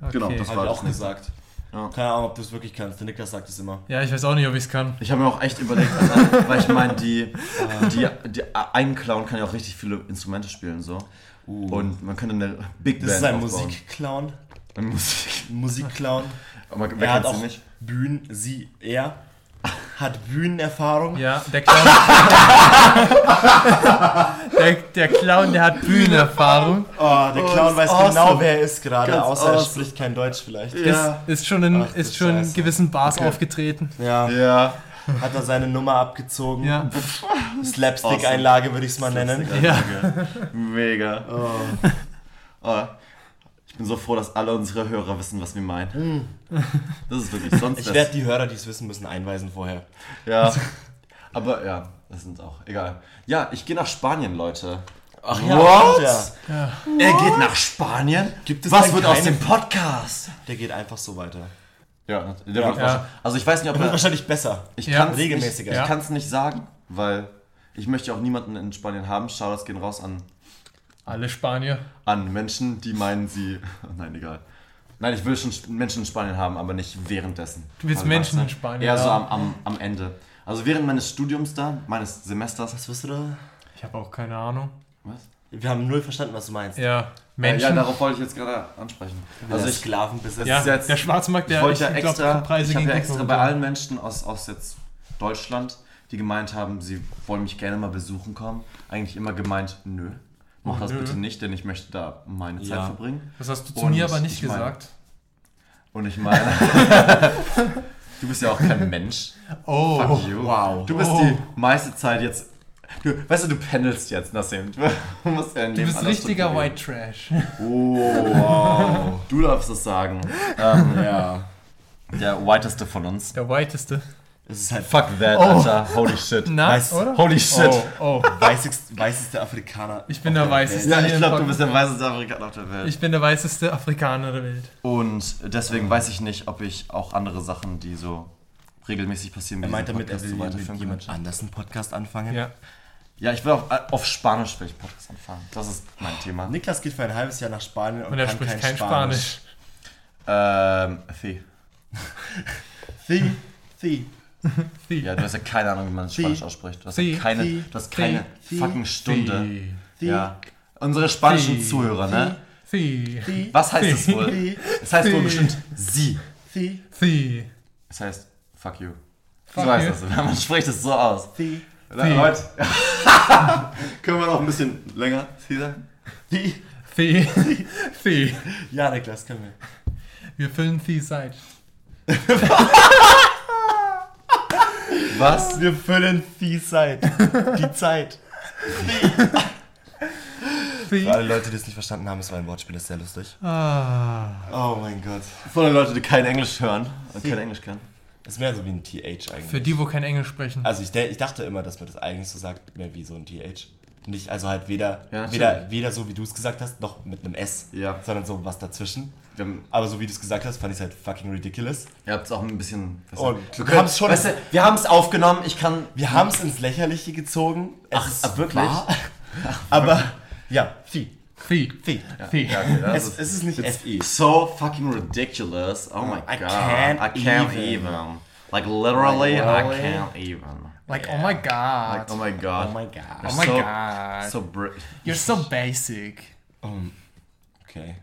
okay. genau, das Hab war ich auch das gesagt. Ja. Keine Ahnung, ob du es wirklich kannst. Der Niklas sagt es immer. Ja, ich weiß auch nicht, ob ich es kann. Ich habe mir auch echt überlegt, äh, weil ich meine, die, die, die ein Clown kann ja auch richtig viele Instrumente spielen so. Und man könnte eine Big Band Uh, Das ist ein aufbauen. Musikclown. Ein Musik. Ein Musikclown. Aber wer Er hat kennt sie auch nicht? Bühnen, sie, er hat Bühnenerfahrung. Ja, der Clown. der, der Clown, der hat Bühnenerfahrung. Oh, der Clown ist weiß awesome. genau, wer er ist gerade, Ganz außer er awesome. spricht kein Deutsch vielleicht. Ja. Ist, ist schon in, Ach, du ist schon in Scheiße. gewissen Bars aufgetreten. Ja, Ja. hat er seine Nummer abgezogen. Ja. Slapstick-Einlage würde ich es mal nennen. Ja. Mega. Oh, ich bin so froh, dass alle unsere Hörer wissen, was wir meinen. Das ist wirklich sonst. Hm. Ich das- werde die Hörer, die es wissen müssen, einweisen vorher. ja. Aber ja, das sind auch egal. Ja, ich gehe nach Spanien, Leute. Ach What? Ja. Er geht nach Spanien? Gibt es was denn wird aus keine- dem Podcast? Der geht einfach so weiter. Ja, der wird Ja. wahrscheinlich. Also ich weiß nicht, ob Er wird er, wahrscheinlich besser. ich Ja. kann es nicht, regelmäßiger. ich Ja. kann's nicht sagen, weil ich möchte auch niemanden in Spanien haben. Shoutouts gehen raus an Alle Spanier. an Menschen, die meinen, sie. Nein, egal. Nein, ich will schon Menschen in Spanien haben, aber nicht währenddessen. Du willst Also, Menschen weißt du, in Spanien Eher so am, haben. am, am Ende. Also während meines Studiums da, meines Semesters. Was wirst du da? Ich habe auch keine Ahnung. Was? Wir haben null verstanden, was du meinst. Ja, Äh, ja, Menschen. darauf wollte ich jetzt gerade ansprechen. Also ich, Sklavenbesitz. Ja, ist jetzt- der Schwarzmarkt, ich der wollte ja ich glaub, extra, Preise ich habe gegen ja extra Deckung. bei allen Menschen aus, aus jetzt Deutschland, die gemeint haben, sie wollen mich gerne mal besuchen kommen, eigentlich immer gemeint, nö, mach das Nö. bitte nicht, denn ich möchte da meine Zeit Ja. verbringen. Das hast du zu Und mir aber nicht ich meine- gesagt. Und ich meine, du bist ja auch kein Mensch. Oh. Fuck you. wow. Du bist Oh. die meiste Zeit jetzt. Du, weißt du, du pendelst jetzt, Nassim. Du, musst ja dein Du Leben bist anders richtiger strukturieren. White Trash. Oh, wow. Du darfst es sagen. Ähm, Ja. der whiteste von uns. Der whiteste. Es ist halt Fuck that, Oh. Alter. Holy shit. Na, Weiß- oder? Holy shit. Oh, oh. weißigst, weißeste Afrikaner. Ich bin der Weißeste. Ja, ich glaube, du bist der weißeste Afrikaner auf der Welt. Ich bin der weißeste Afrikaner der Welt. Und deswegen weiß ich nicht, ob ich auch andere Sachen, die so regelmäßig passieren, wie Er meint diesen damit, er will so mit weiterführen jemand könnte. anders einen Podcast anfangen. Ja. Ja, ich will auf, auf Spanisch will ich Podcast anfangen. Das ist Ah, mein Thema. Niklas geht für ein halbes Jahr nach Spanien und, Und er kann spricht kein, kein Spanisch. Spanisch. Ähm, Fee. Fee, Fee, Ja, du hast ja keine Ahnung, wie man Spanisch ausspricht. Du hast ja Sie. keine, Sie. du hast keine Sie. fucking Stunde. Fee. Fee, Ja. Unsere spanischen Sie. Zuhörer, ne? Fee. Fee, Was heißt es Sie. wohl? Fee, Es heißt wohl Sie. bestimmt sie. Fee, Fee. Es heißt fuck you. Fuck du weißt you. das, oder? man spricht es so aus. Fee, Leute, können wir noch ein bisschen länger sie sagen? Fee, Fee. Fee. Ja, Niklas, können wir. Wir füllen Fees Zeit. Was? Wir füllen die Zeit. Die Zeit. Fee. Für alle Leute, die es nicht verstanden haben, es war ein Wortspiel, das ist sehr lustig. Ah, Oh mein Gott. Voller Leute, die kein Englisch hören und kein Englisch kennen. Das ist mehr so wie ein TH eigentlich. für die, wo kein Englisch sprechen. Äh, Also ich, de- ich dachte immer, dass man das eigentlich so sagt, mehr wie so ein TH. Nicht, also halt weder, Ja, natürlich. weder, weder so, wie du es gesagt hast, noch mit einem S, Ja. sondern so was dazwischen. Wir haben Aber so wie du es gesagt hast, fand ich es halt fucking ridiculous. Ihr habt es auch ein bisschen. weißt Oh, du, wir haben's schon- Weißt du, wir haben es aufgenommen. Ich kann. Wir haben es ins Lächerliche gezogen. Es Ach, ah, wirklich? wahr. Aber ja, Vieh. Fee. Vieh. Fee. Es, es ist nicht SI. So fucking ridiculous. Oh my I god. can't I can't even. even. Like literally, I Literally. can't even. Like, oh my god. Like, oh my god. Oh my god. Oh my so, god. So br You're so basic. Um, okay.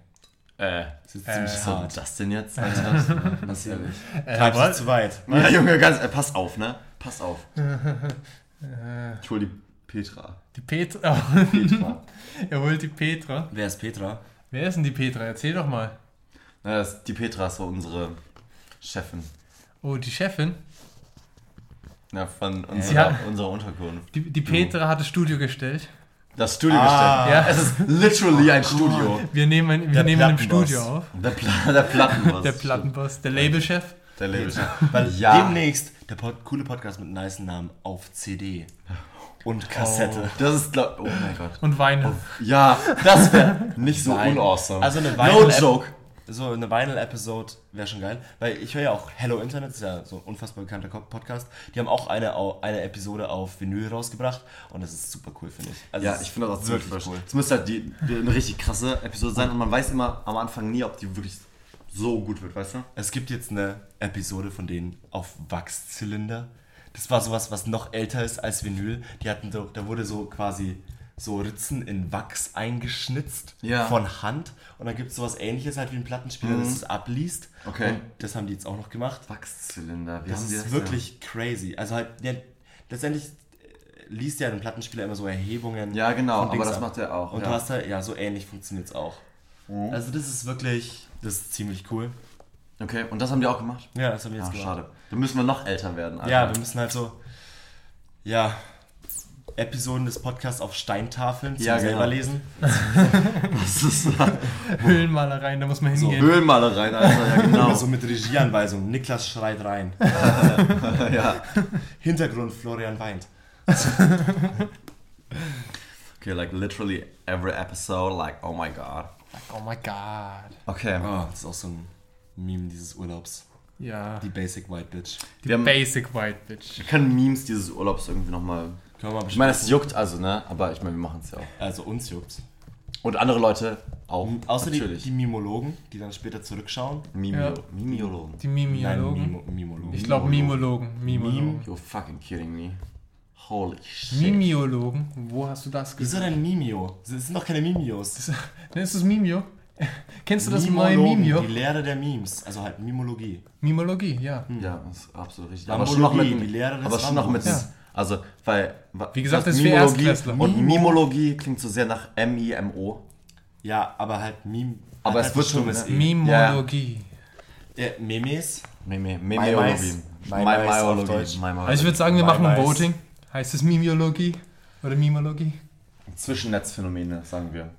äh, Das ist ziemlich was war hart. das denn jetzt? Alter? Ganz ehrlich. Treibst Äh, was? es zu weit. Ja, Junge, ganz, äh, pass auf, ne? Pass auf. Ich hol die Petra. Die Petra. Petra. er holt die Petra. Wer ist Petra? Wer ist denn die Petra? Erzähl doch mal. Na, das, die Petra ist so unsere Chefin. Oh, die Chefin. Ja, ne, von unserer, Ja. unserer Unterkunft. Die, die Petra hat das Studio gestellt. Das Studio Ah. gestellt. Ja, es ist literally ein Studio. Wir nehmen, ein- wir Der nehmen im Plattenboss. Studio auf. Der, Pla der Plattenboss. Der Plattenboss, der Labelchef. Der Labelchef. Weil Ja. demnächst der Pod coole Podcast mit nice Namen auf CD und Kassette. Das ist, glaub oh mein Gott. Und Weine. Oh. Ja, das wäre nicht so Nein. unawesome. Also eine no Vinyl-App- joke. So eine Vinyl-Episode wäre schon geil, weil ich höre ja auch Hello Internet, ist ja so ein unfassbar bekannter Ko- Podcast. Die haben auch eine, au- eine Episode auf Vinyl rausgebracht und das ist super cool, finde ich. Also Ja, es ich ist finde das auch ziemlich wirklich cool. Es müsste halt die, die, eine richtig krasse Episode sein und man weiß immer am Anfang nie, ob die wirklich so gut wird, weißt du? Es gibt jetzt eine Episode von denen auf Wachszylinder. Das war sowas, was noch älter ist als Vinyl. Die hatten so, da wurde so quasi so Ritzen in Wachs eingeschnitzt Ja. Mhm. von Hand. Und dann gibt es sowas ähnliches halt wie ein Plattenspieler, das es abliest. Okay. Und das haben die jetzt auch noch gemacht. Wachszylinder. Wie Das haben die ist wirklich crazy. Also halt, ja, letztendlich äh, liest ja ein Plattenspieler immer so Erhebungen. Ja, genau, von aber Dings das ab. macht er auch, Und ja. du hast halt, ja, so ähnlich funktioniert es auch. Also das ist wirklich, das ist ziemlich cool. Okay, und das haben die auch gemacht? Ja, das haben wir jetzt Ah, gemacht. schade. Da müssen wir noch älter werden. Alter. Ja, wir müssen halt so, ja, Episoden des Podcasts auf Steintafeln zum Ja, genau. selber lesen. das ist Höhlenmalereien, da muss man so hingehen. Höhlenmalereien, Alter. Ja, Immer genau. so Also mit Regieanweisungen. Niklas schreit rein. ja. Hintergrund, Florian weint. Okay, like literally every episode, like, oh my god. oh my god. Okay. Oh, das ist auch so ein Meme dieses Urlaubs. Ja. Die Basic White Bitch. Die Wir haben- Basic White Bitch. Wir können Memes dieses Urlaubs irgendwie nochmal. Können wir mal Ich meine, es juckt also, ne? Aber ich meine, wir machen es ja auch. Also uns juckt's. Und andere Leute auch. Außer die, natürlich. die Mimologen, die dann später zurückschauen. Mimio Ja. Mimiologen. Die Mimiologen. Nein, Mimo Mimologen. Ich glaube Mimologen. Hm. Mimologen. You're fucking kidding me. Holy shit. Mimiologen? Wo hast du das Wieso gesehen? denn Mimio? Das sind doch keine Mimios. Ne, ist das Mimio? Kennst du das neue Mimologen, Mimio? Die Lehre der Memes. Also halt Mimologie. Mimologie, ja. Ja, das ist absolut richtig. Rambologie, Aber schon noch mit. die Lehre des aber schon noch mit. Rambos. Also, weil. Wie gesagt, das ist für Erstklässler. Und Mimo. Mimologie klingt so sehr nach M-I-M-O. Ja, aber halt Meme. Aber halt es wird schon, dummes ne? E. Mimologie. Äh, Memes. Mimi, Mais. Mimiologie. Mais auf Deutsch. Mimiologie. Also ich würde sagen, wir Bye, machen ein bye. Voting. Heißt es Mimiologie oder Mimologie? Zwischennetzphänomene, sagen wir.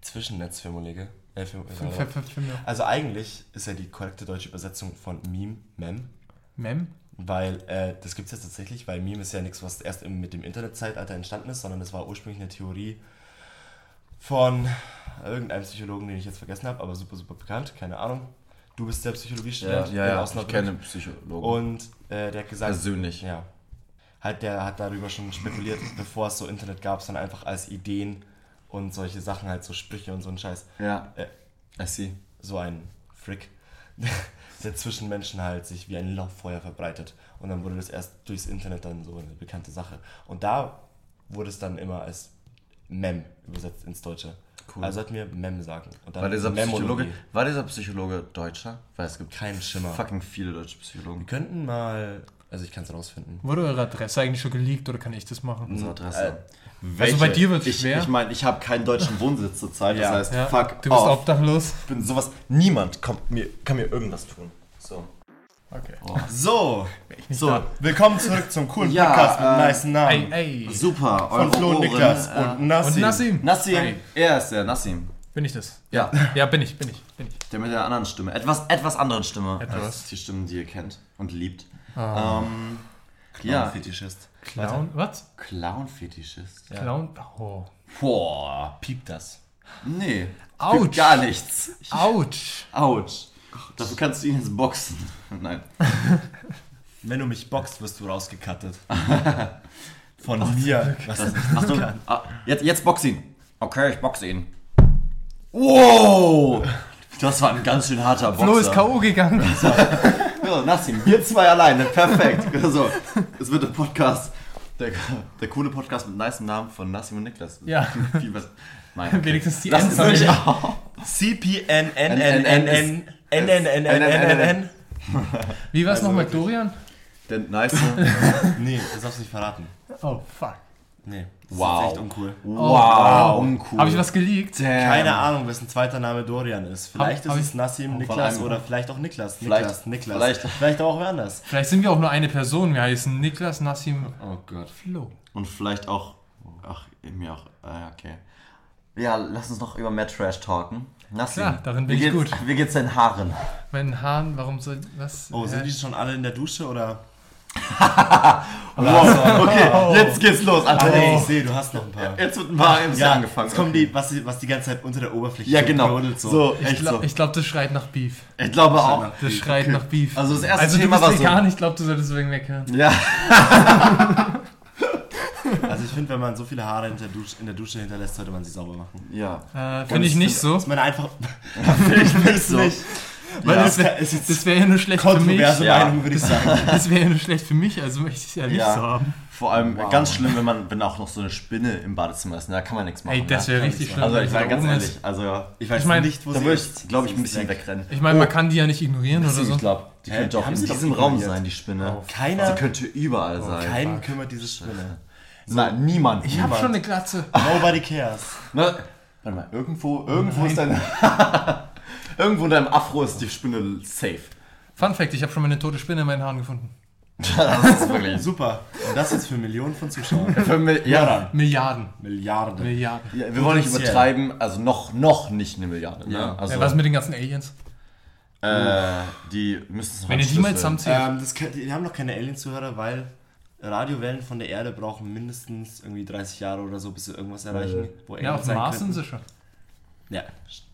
Zwischennetzphänomene. Äh, für, Fünf, fünf, fünf, fünf, ja. also eigentlich ist ja die korrekte deutsche Übersetzung von Meme, Mem. Mem? Weil, äh, das gibt es ja tatsächlich, weil Meme ist ja nichts, was erst im, mit dem Internetzeitalter entstanden ist, sondern das war ursprünglich eine Theorie von irgendeinem Psychologen, den ich jetzt vergessen habe, aber super, super bekannt, keine Ahnung. Du bist der Psychologiestudent in Ich Osnabrück. kenne Also Psychologen. Und äh, der hat gesagt, Persönlich. ja, halt, der hat darüber schon spekuliert, bevor es so Internet gab, sondern einfach als Ideen und solche Sachen, halt so Sprüche und so ein Scheiß. Ja. Äh, I see. so ein Frick, der zwischen Menschen halt sich wie ein Lauffeuer verbreitet. Und dann wurde das erst durchs Internet dann so eine bekannte Sache. Und da wurde es dann immer als Mem übersetzt ins Deutsche. Cool. Also sollten wir Mem sagen. Und dann War dieser, Memologie. Psychologe, war dieser Psychologe Deutscher? Weil es gibt Kein Schimmer. Äh, fucking viele deutsche Psychologen. Wir könnten mal Also ich kann es rausfinden. Wurde eure Adresse eigentlich schon geleakt oder kann ich das machen? Unsere Adresse. Also bei dir wird's ich, schwer. Ich meine, ich habe keinen deutschen Wohnsitz zurzeit. Ja. Das heißt, Ja, fuck du bist off. obdachlos. Ich bin sowas. Niemand kommt mir, kann mir irgendwas tun. So. Okay. So, Oh. So, willkommen zurück zum coolen Ja, Podcast mit äh, nice Namen. Ey, ey. super. von eure Flo und Ohren, Niklas äh, und Nassim. Und Nassim. Nassim. Ey, Er ist der Nassim. bin ich das? Ja, Ja, bin ich, bin ich, bin ich. der mit der anderen Stimme. Etwas, etwas anderen Stimme. Etwas. Als die Stimmen, die ihr kennt und liebt. Ah. Ähm, ja, Fetischist. Clown, was? Clown-Fetischist. Ja. Clown, oh. Boah. Piep das. Nee. Autsch. Gibt Gar nichts. Autsch. Autsch. Dafür kannst du ihn jetzt boxen. Nein. Wenn du mich boxt, wirst du rausgekattet. Von mir. Was das Achtung. Ah, jetzt, jetzt box ihn. Okay, ich boxe ihn. Wow! Oh, Das war ein ganz schön harter Boxer. Flo ist K.O. gegangen. Ja, Nassim, wir zwei alleine. Perfekt. So, es wird der Podcast. Der, der coole Podcast mit nice Namen von Nassim und Niklas. Ja. Viel besser. Nein, okay. Wenigstens die Lass es Endzahl. mich auf. CPNNNNN. NNNNNN. Wie war's Also noch mit wirklich. Dorian? Der nice. Nee, das darfst du nicht verraten. Oh, fuck. Nee. Das Wow. ist echt uncool. Wow, uncool. Habe Oh, ich was geleakt? Ähm. Keine Ahnung, wessen zweiter Name Dorian ist. Vielleicht Hab- hab ist es ich- Nassim, Niklas allem- oder vielleicht auch Niklas. Vielleicht- Niklas, Niklas. vielleicht- vielleicht aber auch wer anders. Vielleicht sind wir auch nur eine Person. Wir heißen Niklas, Nassim, Oh Gott. Flo. Und vielleicht auch. Ach, mir auch. Ah, okay. Ja, lass uns noch über mehr Trash talken. Nassim. Klar, darin bin wie ich geht's, gut. Wie geht's deinen Haaren? Meinen Haaren, warum soll. Was? Oh, sind Hä? die schon alle in der Dusche oder? Wow, okay, jetzt geht's los, Alter. Ah, nee, ich sehe, du hast noch ein paar. Jetzt wird ein paar MC Ja, angefangen. Jetzt kommen okay. die, was, die- was die ganze Zeit unter der Oberfläche Ja, so genau. brodelt, So, So. echt Ich, glaub- so. ich glaube, das schreit nach Beef. Ich glaube auch. Das schreit nach Beef. Also das erste also du Thema bist war so. vegan, ich glaube, du solltest wegen weghören. Ja. Also ich finde, wenn man so viele Haare in der, Dusche, in der Dusche hinterlässt, sollte man sie sauber machen. Ja. Äh, Finde ich nicht so. Ich meine einfach. Finde ich nicht so. nicht. Weil Ja. das Das wäre ist jetzt das wär ja nur schlecht für mich. kontroverse Ja. Meinung, würde ich sagen. Das wäre ja nur schlecht für mich, also möchte ich es ja nicht Ja. so haben. Vor allem Wow. ganz schlimm, wenn man, wenn auch noch so eine Spinne im Badezimmer ist. ne, Da kann man nichts machen. Ey, das ne? wäre richtig schlimm. Also wenn ich sie sage da ganz oben ehrlich, ist. also ja. Ich weiß Ich mein, nicht, wo Da sie würde ist. ich, glaube ich, ein bisschen Sie ist wegrennen. Ich meine, man kann die ja nicht ignorieren oder so. Ich glaube, die Hä, könnte auch haben in sie doch diesem Raum ignoriert. sein, die Spinne. Keiner, Sie könnte überall sein. keinen kümmert diese Spinne. Nein, niemand. Ich habe schon eine Glatze. Nobody cares. Ne? Warte mal, irgendwo, irgendwo ist deine. irgendwo in deinem Afro ist die Spinne safe. Fun Fact, ich habe schon mal eine tote Spinne in meinen Haaren gefunden. Das ist wirklich super. Super. Und das jetzt für Millionen von Zuschauern. Für mich, ja, dann. Milliarden. Milliarden. Milliarden. Ja, wir wollen nicht Potenziell. übertreiben, also noch, noch nicht eine Milliarde. Ne? Ja. Also, Ja, Äh, was mit den ganzen Aliens? Äh, die müssen es noch Wenn ihr die mal entschlüsseln. zusammenzählt. Ähm, das könnt, wir haben noch keine Alien-Zuhörer, weil Radiowellen von der Erde brauchen mindestens irgendwie 30 Jahre oder so, bis sie irgendwas erreichen. Wo Äh, ja, auf dem Mars sind könnten. sie schon. Ja,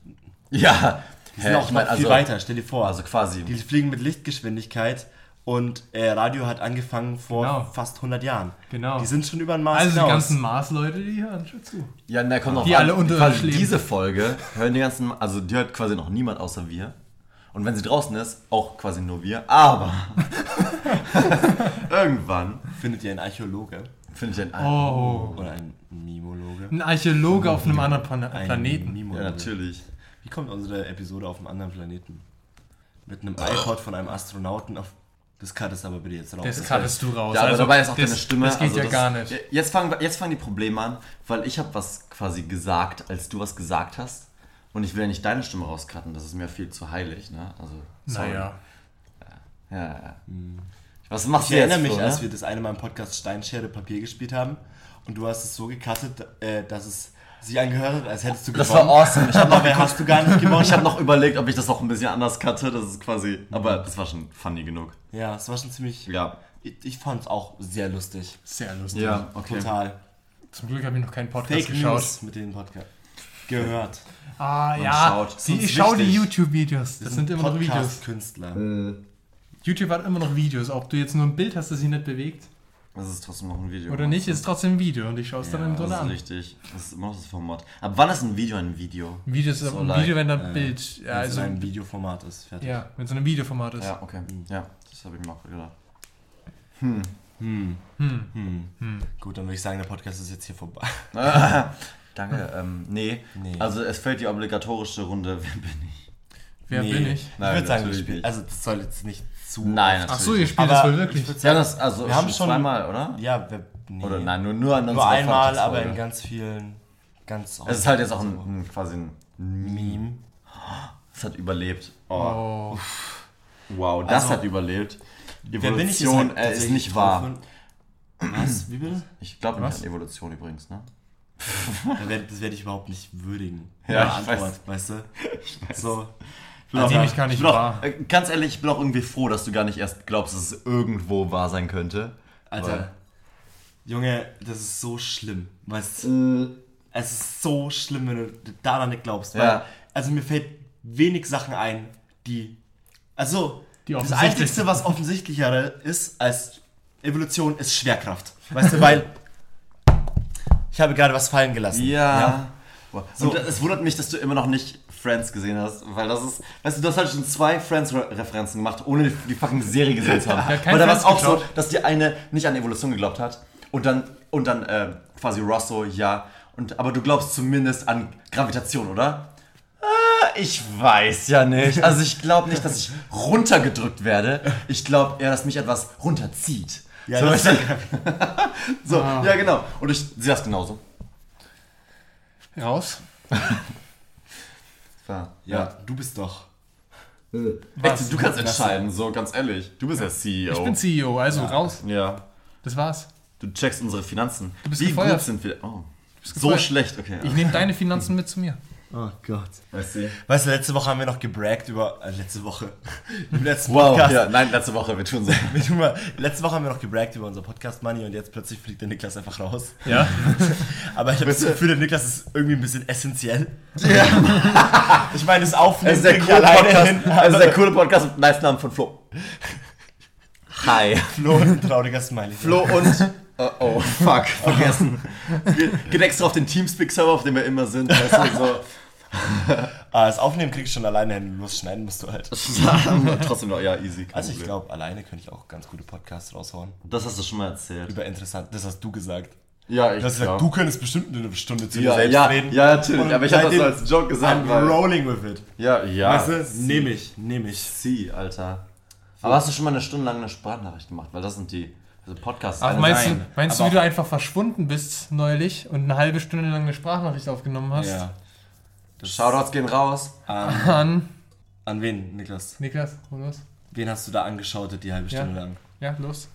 Ja. die sind auch noch viel weiter, stell dir vor. Also quasi. die fliegen mit Lichtgeschwindigkeit und äh, Radio hat angefangen vor Genau. fast 100 Jahren. Genau. Die sind schon über den Mars Also die hinaus. ganzen Mars-Leute, die hören schon zu. ja, na, kommt noch Die an. alle unter quasi uns leben. Diese Folge hören die ganzen, also die hört quasi noch niemand außer wir. Und wenn sie draußen ist, auch quasi nur wir. Aber irgendwann Findet ihr einen Archäologe finde ich den Oh. oder einen Mimologe? Ein Archäologe auf einem anderen Plan Einen Planeten. Mimologe. Ja, natürlich. Wie kommt unsere Episode auf einem anderen Planeten? Mit einem iPod von einem Astronauten auf. Das cut ist aber bitte jetzt raus. Das cuttest du raus. Ja, aber Also, dabei ist auch das, deine Stimme. Das geht also ja gar nicht. Jetzt fangen, wir- jetzt fangen die Probleme an, weil ich habe was quasi gesagt, als du was gesagt hast. Und ich will ja nicht deine Stimme rauscutten, das ist mir viel zu heilig, ne? Also, sorry. Naja. Ja, ja, ja. Was machst Hm. Ich du jetzt? erinnere mich, Flo, ne? als wir das eine Mal im Podcast Steinschere Papier gespielt haben und du hast es so gecuttet, äh, dass es sich angehört hat, als hättest du Das gewonnen. war awesome. Ich habe noch, Dabei hast du gar nicht gewonnen. ich hab noch überlegt, ob ich das noch ein bisschen anders cutte. Das ist quasi. Aber das war schon funny genug. ja, es war schon ziemlich. Ja. Ich, ich fand es auch sehr lustig. Sehr lustig. Ja, okay. Total. Zum Glück habe ich noch keinen Podcast Fake geschaut. News mit dem Podcast. Gehört. Ah, ja. schaut. Die, Sonst ich schaue die wichtig. YouTube-Videos. Das sind immer noch Videos. Äh, Künstler. YouTube hat immer noch Videos. Ob du jetzt nur ein Bild hast, das sich nicht bewegt Das ist trotzdem noch ein Video. oder nicht, ist trotzdem ein Video. Und ich schaue es dann im Das Grunde ist an. richtig. Das ist immer noch das Format. Ab wann ist ein Video ein Video? Ein Video ist So ein like, Video, wenn dann ein äh, Bild. Ja, Wenn es also, in einem Videoformat ist. Fertig. ja, wenn es in einem Videoformat ist. Ja, okay. Hm. Ja, das habe ich mir auch gedacht. Gut, dann würde ich sagen, der Podcast ist jetzt hier vorbei. Ah, Danke. Ähm, nee. Nee. Also es fällt die obligatorische Runde, wer bin ich? Wer bin ich? Nein, ich würde sagen, wir natürlich spielen. nicht. Also, das soll jetzt nicht zu. Nein, oft- natürlich. Ach so, ihr nicht. spielt Aber das wohl wirklich. ich würd Wir haben sagen, das also wir haben schon- zweimal, oder? Ja, wir, nee. Oder nein, nur, nur an Nur unserer einmal, Podcast-Folge. aber in ganz vielen. Ganz Es ist halt jetzt auch ein, ein, quasi ein. Meme. Es hat überlebt. Oh. Oh. Wow, das Also, hat überlebt. Wer bin ich? Evolution halt äh, ist tatsächlich nicht wahr. gefunden. Was? Wie bitte? Ich glaube nicht Was? an Evolution übrigens, ne? Da werd- Das werde ich überhaupt nicht würdigen. Ja, Meine ich weißt du? Ich weiß. So. Also, bin auch- Ziemlich gar nicht ich bin auch- wahr. äh, Ganz ehrlich, ich bin auch irgendwie froh, dass du gar nicht erst glaubst, dass es irgendwo wahr sein könnte. Alter. Junge, das ist so schlimm. Weißt du? Weil, äh, Es ist so schlimm, wenn du daran nicht glaubst. Ja. Weil, also mir fällt wenig Sachen ein, die. Also, Die das offensichtlich- Einzige, was offensichtlichere ist als Evolution, ist Schwerkraft. Weißt du, weil. Ich habe gerade was fallen gelassen. ja. Wow. So. Und es wundert mich, dass du immer noch nicht Friends gesehen hast, weil das ist, weißt du, du hast halt schon zwei Friends-Referenzen gemacht, ohne die, die fucking Serie gesehen zu haben. Ja, kein weil da war es Friends auch so, dass die eine nicht an Evolution geglaubt hat und dann, und dann äh, quasi Rosso, ja. Und, aber du glaubst zumindest an Gravitation, oder? Äh, Ich weiß ja nicht. Also ich glaube nicht, dass ich runtergedrückt werde. Ich glaube eher, dass mich etwas runterzieht. Ja, so, das Ah. weißt du? so ja genau. Und ich sehe das genauso. Raus? Ja. Ja, du bist doch. Echt, du kannst entscheiden, so ganz ehrlich. Du bist ja CEO. Ich bin CEO, also raus. Oh. Ja. Das war's. Du checkst unsere Finanzen. Du bist Wie gefeuert. gut sind wir? Oh. So gefeuert. schlecht, okay. Ich nehme deine Finanzen mit zu mir. Oh Gott. Weißt du? Weißt du, letzte Woche haben wir noch gebraggt über. Äh, letzte Woche. Im letzten Wow, Podcast. ja, nein, letzte Woche, wir tun so. Wir tun mal- Letzte Woche haben wir noch gebraggt über unser Podcast Money und jetzt plötzlich fliegt der Niklas einfach raus. Ja? Aber ich habe das Bitte. Gefühl, der Niklas ist irgendwie ein bisschen essentiell. ich meine, das Aufnehmen Es ist der kriegt coole alleine Podcast. hin. Es ist der coole Podcast mit nice Namen von Flo. Hi. Flo und ein trauriger Smiley. Flo und. Oh, oh fuck, vergessen. Ge- Geht extra auf den Teamspeak-Server, auf dem wir immer sind. Weißt du, Ah, das Aufnehmen kriegst du schon alleine hin. Los, schneiden musst du halt. so. Trotzdem noch, ja, easy. kein Also ich Problem. glaube, alleine könnte ich auch ganz gute Podcasts raushauen. Das hast du schon mal erzählt. Über interessant. Das hast du gesagt. Ja, ich Du hast gesagt, glaub. du könntest bestimmt eine Stunde zu dir ja, selbst ja, reden. ja, natürlich, Und aber ich habe das so seitdem- als Joke gesagt, I'm weil, rolling with it. ja, ja, weißt du? Nehme ich, nehme ich. sie, Alter. Aber hast du schon mal eine Stunde lang eine Sprachnachricht gemacht, weil das sind die also Podcasts. Aber Also meinst nein. du, meinst du, Aber- wie du einfach verschwunden bist neulich und eine halbe Stunde lang eine Sprachnachricht aufgenommen hast? Shoutouts gehen raus. An, An an wen, Niklas? Niklas, hol los. Wen hast du da angeschaut die halbe Ja. Stunde lang? Ja, los.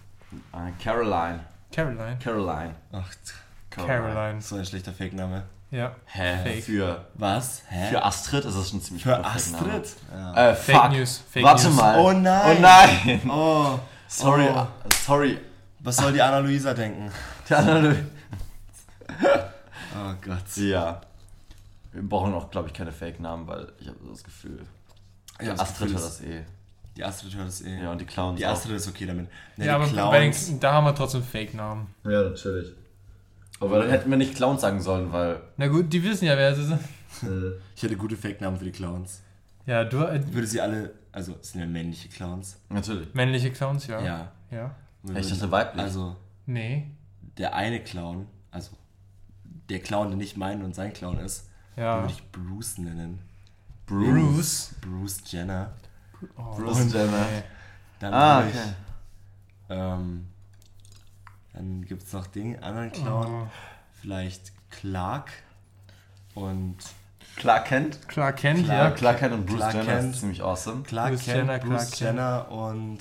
Äh, Caroline. Caroline. Caroline. Ach, t- Caroline. so ein schlechter Fake-Name. Ja. Hä? Fake. Für, Was? Hä? für Astrid ist das schon ziemlich Für guter Fake-Name. Astrid? Ja. Äh, Fake fuck. News. Fake Warte News. mal. Oh nein. Oh nein. Oh, Sorry, Oh. äh, sorry. was soll die Anna-Luisa denken? Der andere. Oh Gott. Ja. Wir brauchen auch, glaube ich, keine Fake-Namen, weil ich habe so das Gefühl. Ja, das Astrid Gefühl hat ist- das eh. Die Astrid hört das eh. Ja, und die Clowns. Die auch. Astrid ist okay damit. Ne, ja, die aber bei Clowns. den, da haben wir trotzdem Fake-Namen. Ja, natürlich. Aber dann hätten wir nicht Clowns sagen sollen, weil. Na gut, die wissen ja, wer sie sind. Äh. Ich hätte gute Fake-Namen für die Clowns. Ja, du, äh, Würde sie alle, also es sind ja männliche Clowns. Natürlich. männliche Clowns, ja. Ja. Ja. Wir Ich würden- dachte weiblich. Also Nee. der eine Clown, also der Clown, der nicht mein und sein Clown ist, den Ja. würde ich Bruce nennen. Bruce. Bruce Jenner. Oh, Bruce Jenner. nee. Dann Ah, würde ich- okay. Ähm, dann gibt es noch den anderen Clown. Oh. Vielleicht Clark und Clark Kent. Clark Kent, Ja, Clark- ja. Clark Kent und Bruce Clark Jenner Kent. ist ziemlich awesome. Clark Bruce Kent, Jenner, Bruce Clark Jenner und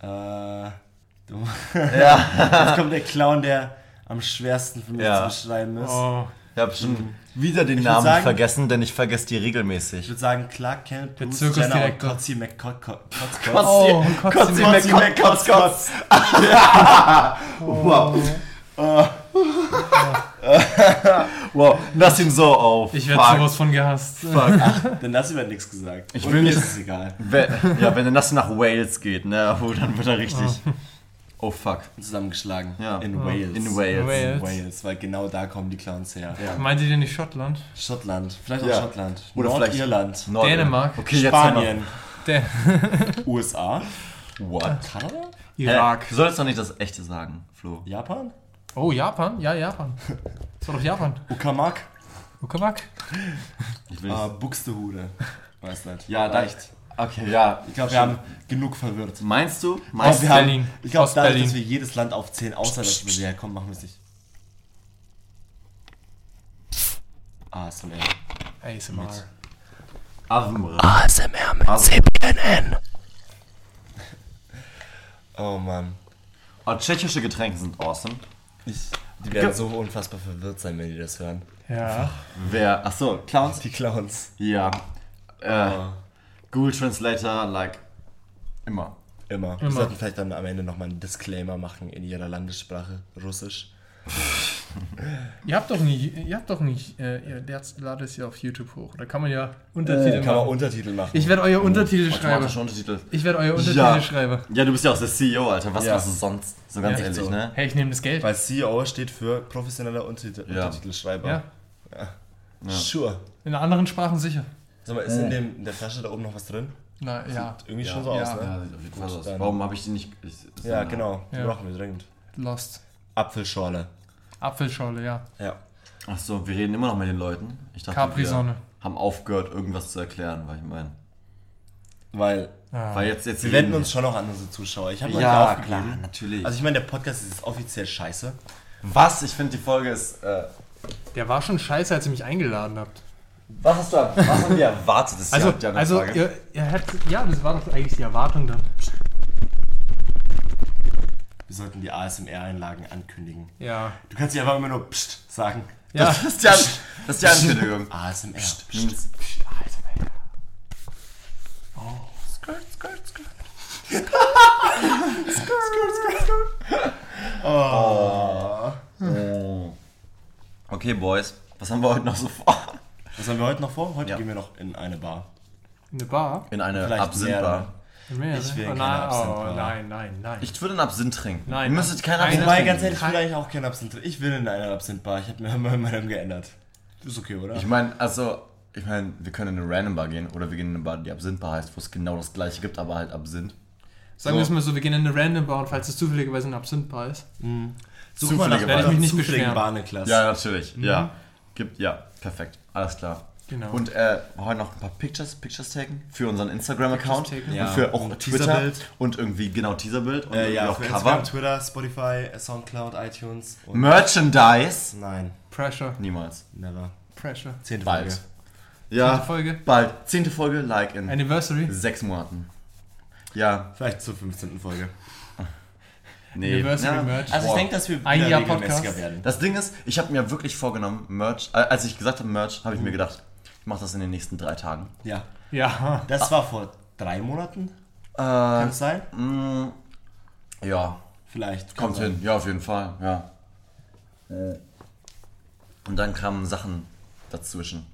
äh, du- ja, jetzt kommt der Clown, der am schwersten für mich Ja. zu beschreiben ist. Oh. ich habe schon wieder den würd Namen sagen- vergessen, denn ich vergesse die Ich regelmäßig. würde sagen Clark Kent, Der Bruce Jenner und Zirkusdirektor. Kotzi McCott. Oh, Kotzi Kotzi McCotz. Kotz. Wow. wow, lass ihn so auf. Ich werde sowas von gehasst. Denn das wird nichts gesagt. Ich Und will mir nicht- ist es egal. Wenn, ja, wenn das nach Wales geht, ne, wo dann wird er richtig. Oh fuck. Zusammengeschlagen. Ja. Oh. In Wales. In Wales. Wales. In Wales, weil genau da kommen die Clowns her. Meint ihr denn nicht Schottland? Schottland, vielleicht auch Ja. Schottland. Oder vielleicht- Nordirland. Nord- Dänemark. Okay, jetzt Spanien. Der USA. haben wir- What? Kanada? Irak. Hä? Du sollst doch nicht das Echte sagen, Flo. Japan? Oh, Japan? Ja, Japan. Das war doch Japan. Ukamak? Ukamak? Ich will Ah, nicht. Buxtehude. Weiß nicht. Ja, da- Reicht. Okay, ja. Ah, Ich glaube, wir haben genug verwirrt. Meinst du? Aber Meinst wir du? haben, Berlin. ich glaube, Aus dadurch, dass wir Berlin. jedes Land auf 10 außer dass wir ja komm, machen wir es nicht. Ah, ist mehr. ASMR. Avmr. ASMR mit Also- CPNN. Oh Mann. Oh, tschechische Getränke sind awesome. Ich, die werden so unfassbar verwirrt sein, wenn die das hören. Ja. Wer? Achso, Clowns? Die Clowns. Ja. Äh, Oh, Google Translator, like. Immer. immer. Wir Immer. sollten vielleicht dann am Ende nochmal einen Disclaimer machen in ihrer Landessprache. Russisch. Ihr habt doch nicht, ihr habt doch nicht, äh, ihr lernt- ladet es ja auf YouTube hoch. Da kann man ja Äh, Untertitel kann man machen. Untertitel machen. genau. Ich werde euer Untertitel Automatische schreiben. Untertitel. Ich werde euer Untertitel Ja. schreiben. Ja, du bist ja auch der CEO, Alter. Was Ja. machst du sonst? So ganz Ja, ehrlich, so. ne? Hey, ich nehme das Geld. Weil CEO steht für professioneller Untertitel Ja. Untertitelschreiber. Ja. Sure. In anderen Sprachen sicher. Sag mal, ist in, dem, in der Flasche da oben noch was drin? Na ja. Irgendwie schon so Ja. aus, ne? Ja, sieht auf jeden Fall Gut, so aus. dann- Warum habe ich die nicht. Ich, ist Ja, eine- genau. Die Ja. brauchen wir dringend. Lost. Apfelschorle. Apfelschorle, ja. Ja. Ach so, wir reden immer noch mit den Leuten. Ich dachte, Capri-Sonne. wir haben aufgehört, irgendwas zu erklären, weil ich meine. Weil Ah. Weil jetzt, jetzt wir reden wenden uns schon noch an unsere Zuschauer. Ich habe Ja, heute aufgegeben. klar, natürlich. Also ich meine, der Podcast ist jetzt offiziell scheiße. Was? Ich finde, die Folge ist. Äh, Der war schon scheiße, als ihr mich eingeladen habt. was hast du was haben wir erwartet? Das ist Also, ja, die andere also Frage. ihr, ihr hättet, ja, das war doch eigentlich die Erwartung dann. Wir sollten die ASMR-Einlagen ankündigen. Ja. Du kannst dich einfach immer nur Psst sagen. Ja. das, ist die, An- das ist die Ankündigung. ASMR. Psst, Psst. Oh. Okay, Boys. Was haben wir heute noch so vor? Was haben wir heute noch vor? Heute Ja. gehen wir noch in eine Bar. Eine Bar? In eine Vielleicht ne? Absinthbar. mehrere. Mehrere? Ich will oh, keine nein, oh, Absinthbar. nein, nein, nein. Ich würde einen Absinth trinken. Nein. Ihr müsstet keinen Nein. Absinth Wobei, trinken. ganz ehrlich, ich will eigentlich auch kein Absinth. Ich will in einer Absinth-Bar. Ich habe mir meinen Meinung geändert. Ist okay, oder? Ich meine, also, ich meine, wir können in eine Random Bar gehen oder wir gehen in eine Bar, die Absinthbar heißt, wo es genau das gleiche gibt, aber halt Absinth. Sagen wir es mal so, wir gehen in eine Random Bar und falls es zufälligerweise ein Absinthbar ist. Mhm. Such mal nach zufällige einer Werde ich mich nicht zufälligen beschweren. Bar, Niklas. Ja, natürlich. Ja. Gibt, ja, perfekt. Alles klar. Genau. Und äh, heute noch ein paar Pictures, Pictures taken für unseren Instagram-Account Pictures und taken. Ja. für auch Und Twitter Teaserbild. und irgendwie genau Teaserbild und Äh, irgendwie ja, auch für Cover. Instagram, Twitter, Spotify, äh, Soundcloud, iTunes und... Merchandise. Nein, Pressure, Niemals. never. Pressure. Zehnte Bald. Folge. Ja, Zehnte Folge. bald. Zehnte Folge, like in Anniversary. sechs Monaten. Ja, Vielleicht zur 15. Folge. nee. Anniversary ja. Merch. Also Wow. ich denke, dass wir Ein wieder Jahr regelmäßiger Podcast. werden. Das Ding ist, ich habe mir wirklich vorgenommen, Merch, äh, als ich gesagt habe Merch, habe ich mir gedacht, ich mache das in den nächsten drei Tagen. Ja. Ja. Das war vor drei Monaten, kann Äh, es sein? mh, ja, Vielleicht. Also, Kann kommt sein. hin, ja, auf jeden Fall, ja. Äh. Und dann kamen Sachen dazwischen.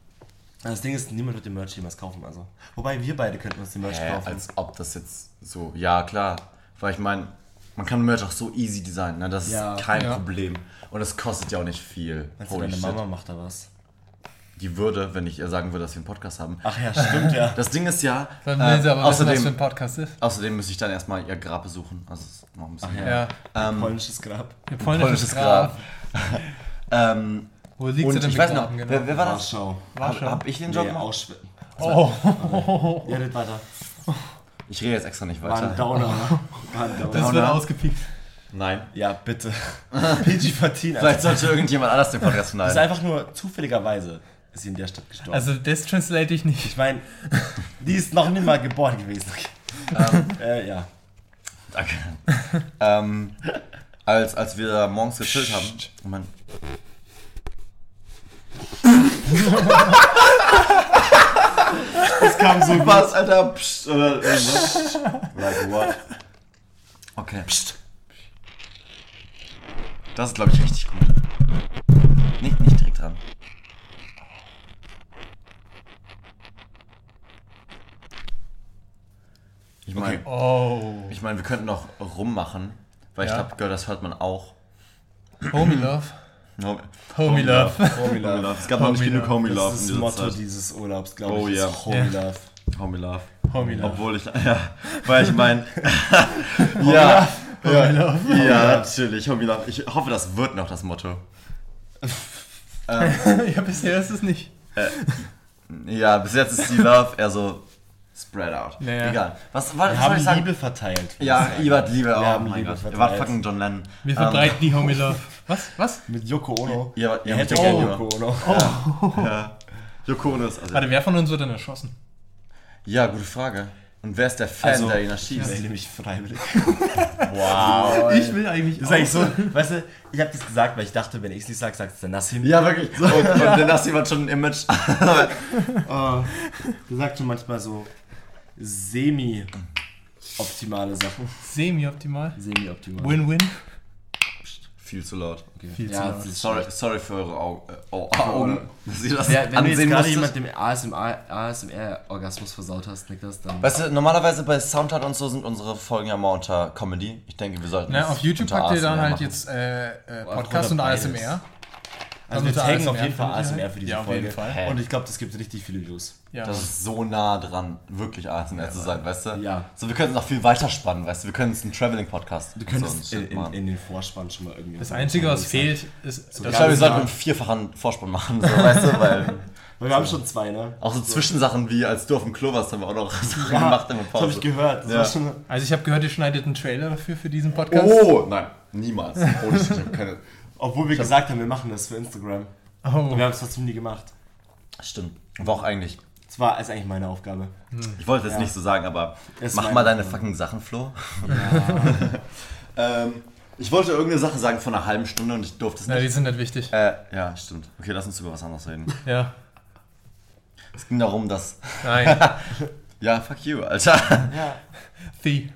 Das Ding ist, niemand wird den Merch jemals kaufen, also. Wobei wir beide könnten uns den Merch Äh, kaufen. als ob das jetzt so, ja, klar. Weil ich meine, man kann Merch auch so easy designen, ne? das Ja. ist kein Ja. Problem. Und es kostet ja auch nicht viel. Also Holy deine shit. Mama macht da was. Die würde, wenn ich ihr sagen würde, dass wir einen Podcast haben. Ach ja, stimmt ja. Das Ding ist ja, Dann will sie äh, aber wissen, was für außerdem, ein Podcast ist. Außerdem muss ich dann erstmal ihr Grab besuchen. Also es ist noch ein bisschen. Ach ja. Ja. Ähm, Ein polnisches Grab. Ihr Polnisches Grab. ähm, Wo liegt sie und denn ich weiß begraben, noch, genau? wer, wer war das? Warschau. Hab, Warschau. hab ich den Job Nee, gemacht? Auschwitz. Oh. Genau, Ja, red weiter. Ich rede jetzt extra nicht War ein weiter. Downer. ne? War ein Downer. Das wird ne? ausgepickt. Nein. Ja, bitte. PG Fatin. Vielleicht Also. sollte irgendjemand anders den Podcast Das ist schneiden. einfach nur zufälligerweise ist sie in der Stadt gestorben. Also das translate ich nicht. ich meine, die ist noch nicht mal geboren gewesen. Ähm. Äh, ja. Danke. ähm, als, als wir da morgens gechillt haben. Oh Mann. Das kam so gut. Was, Alter? Psst, oder irgendwas. Like what? Okay. Psst. Das ist, glaube ich, richtig gut. Nicht, nicht direkt dran. Ich meine, Oh. ich mein, wir könnten noch rummachen, weil ich Ja. glaube, das hört man auch. Homie Love. No, Homie Love. Homie Formula. Love. Es gab noch nicht Homie genug Love. Homie Love Das ist das in dieser Motto Zeit. dieses Urlaubs, glaube Oh, ich. ja. Ist Homie Love. Homie Love. Homie Love. Obwohl ich, ja, weil ich mein, ja, ja, ja, natürlich, Homie Love. Ich hoffe, das wird noch das Motto. ja, bisher ist es nicht. Ja, bis jetzt ist die Love eher so spread out. Naja. Egal. Was, Wir was, was soll haben ich sagen? Liebe verteilt. würde ich Ja, sagen. ihr wart Liebe. Wir oh haben mein Liebe Gott. verteilt. Ihr wart fucking John Lennon. Wir Ähm, verbreiten die Homie Love. Was? Was? Mit Yoko Ono. Ihr wart, ihr Er wart hätte John gerne Lennon. Yoko Ono. Oh. Ja. Yoko Ono ist also. Warte, wer von uns wird denn erschossen? Ja, gute Frage. Und wer ist der Fan, Also, der ihn Ich erschießt? melde mich freiwillig. Wow. Ich will eigentlich Das ist eigentlich so, weißt du, ich habe das gesagt, weil ich dachte, wenn ich es nicht sage, sagt es der Nassim. Ja, wirklich. Und, und dann hast jemand schon ein Image. Ah, Oh, du sagst schon manchmal so semi-optimale Sachen. Semi-optimal. Semi-optimal. Win-win. Viel zu laut. Viel zu ja, laut. das ist Sorry, sorry für eure Au äh, Au- Augen. Dass ihr das Ja, wenn du jetzt ansehen gerade musstet. jemand dem ASMR-Orgasmus versaut hast, Niklas, dann. Weißt du, normalerweise bei Soundcloud und so sind unsere Folgen ja mal unter Comedy. Ich denke, wir sollten Na, das Ne, auf YouTube unter packt ihr dann ASMR halt machen. jetzt äh, äh, Oder Podcast und beides. ASMR. Also, wir unter taggen auf ASMR jeden Fall findet ASMR ihr halt? für diese Ja, auf Folge. jeden Fall. Und ich glaube, das gibt richtig viele Views. Ja. Das ist so nah dran, wirklich ASMR zu sein, weißt du? Ja. So, wir können es noch viel weiter spannen, weißt du? Wir können es einen Traveling-Podcast Du so einen könntest in, Shit in, machen. in den Vorspann schon mal irgendwie. Das Einzige, was fehlt, ist. ich dass- glaube, wir ganz sollten nah. einen vierfachen Vorspann machen, so, weißt du? Weil Weil wir haben schon zwei, ne? auch so Zwischensachen wie, als du auf dem Klo warst, haben wir auch noch Sachen gemacht in der das habe Pause. ich gehört. Das Ja. war schon. also, ich habe gehört, ihr schneidet einen Trailer dafür für diesen Podcast. oh, nein, niemals. Oh, ich hab keine. Obwohl wir gesagt haben, wir machen das für Instagram. Und Oh. wir haben es trotzdem nie gemacht. Stimmt. War auch eigentlich. Das war ist eigentlich meine Aufgabe. Ich wollte es nicht so sagen, aber Das mach meine mal ich, deine ja. fucking Sachen, Flo. ähm, ich wollte irgendeine Sache sagen vor einer halben Stunde und ich durfte es Na, die nicht. sind nicht wichtig. Äh, ja, stimmt. Okay, lass uns über was anderes reden. Ja. Es ging darum, dass. Nein. Ja, fuck you, Alter. Ja. The.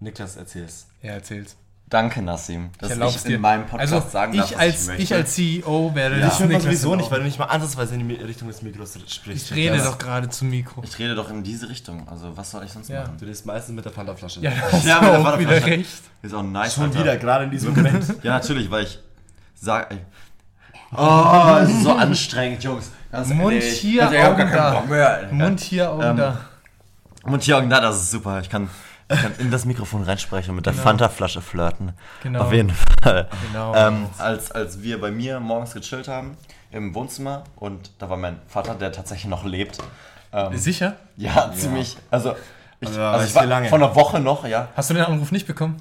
Niklas, erzähl's. Ja, erzähl's. Danke, Nassim, dass ich, erlaub's in meinem Podcast also, sagen darf, ich was als, ich ich, möchte. als CEO werde Ja. das Also Ich höre Niklas sowieso dann nicht, auch- weil du nicht mal ansatzweise in die Mi- Richtung des Mikros sprichst. Ich rede Niklas. doch gerade zum Mikro. ich rede doch in diese Richtung. Also, was soll ich sonst Ja. machen? Du redest meistens mit der Fantaflasche. Ja, das Ja, ja, aber aber da war auch doch wieder vielleicht- recht. Ist auch nice, Schon Alter. wieder, gerade in diesem Moment. Ja, natürlich, weil ich sag. Ey. Oh, es ist so anstrengend, Jungs. Ganz Mund ehrlich. hier, Ganz ehrlich, ich hab Augen gar keinen da. Bock mehr. Mund hier, Augen Ähm, da. Mund hier, Augen da, das ist super. Ich kann, ich kann in das Mikrofon reinsprechen und mit der Fanta-Flasche flirten. Genau. Auf jeden Fall. Genau. Ähm, als, als wir bei mir morgens gechillt haben im Wohnzimmer und da war mein Vater, der tatsächlich noch lebt. Ähm, Sicher? ja, ziemlich. Also, ich, Ja, also weißt ich du, war wie lange? vor einer Woche noch, ja. Hast du den Anruf nicht bekommen?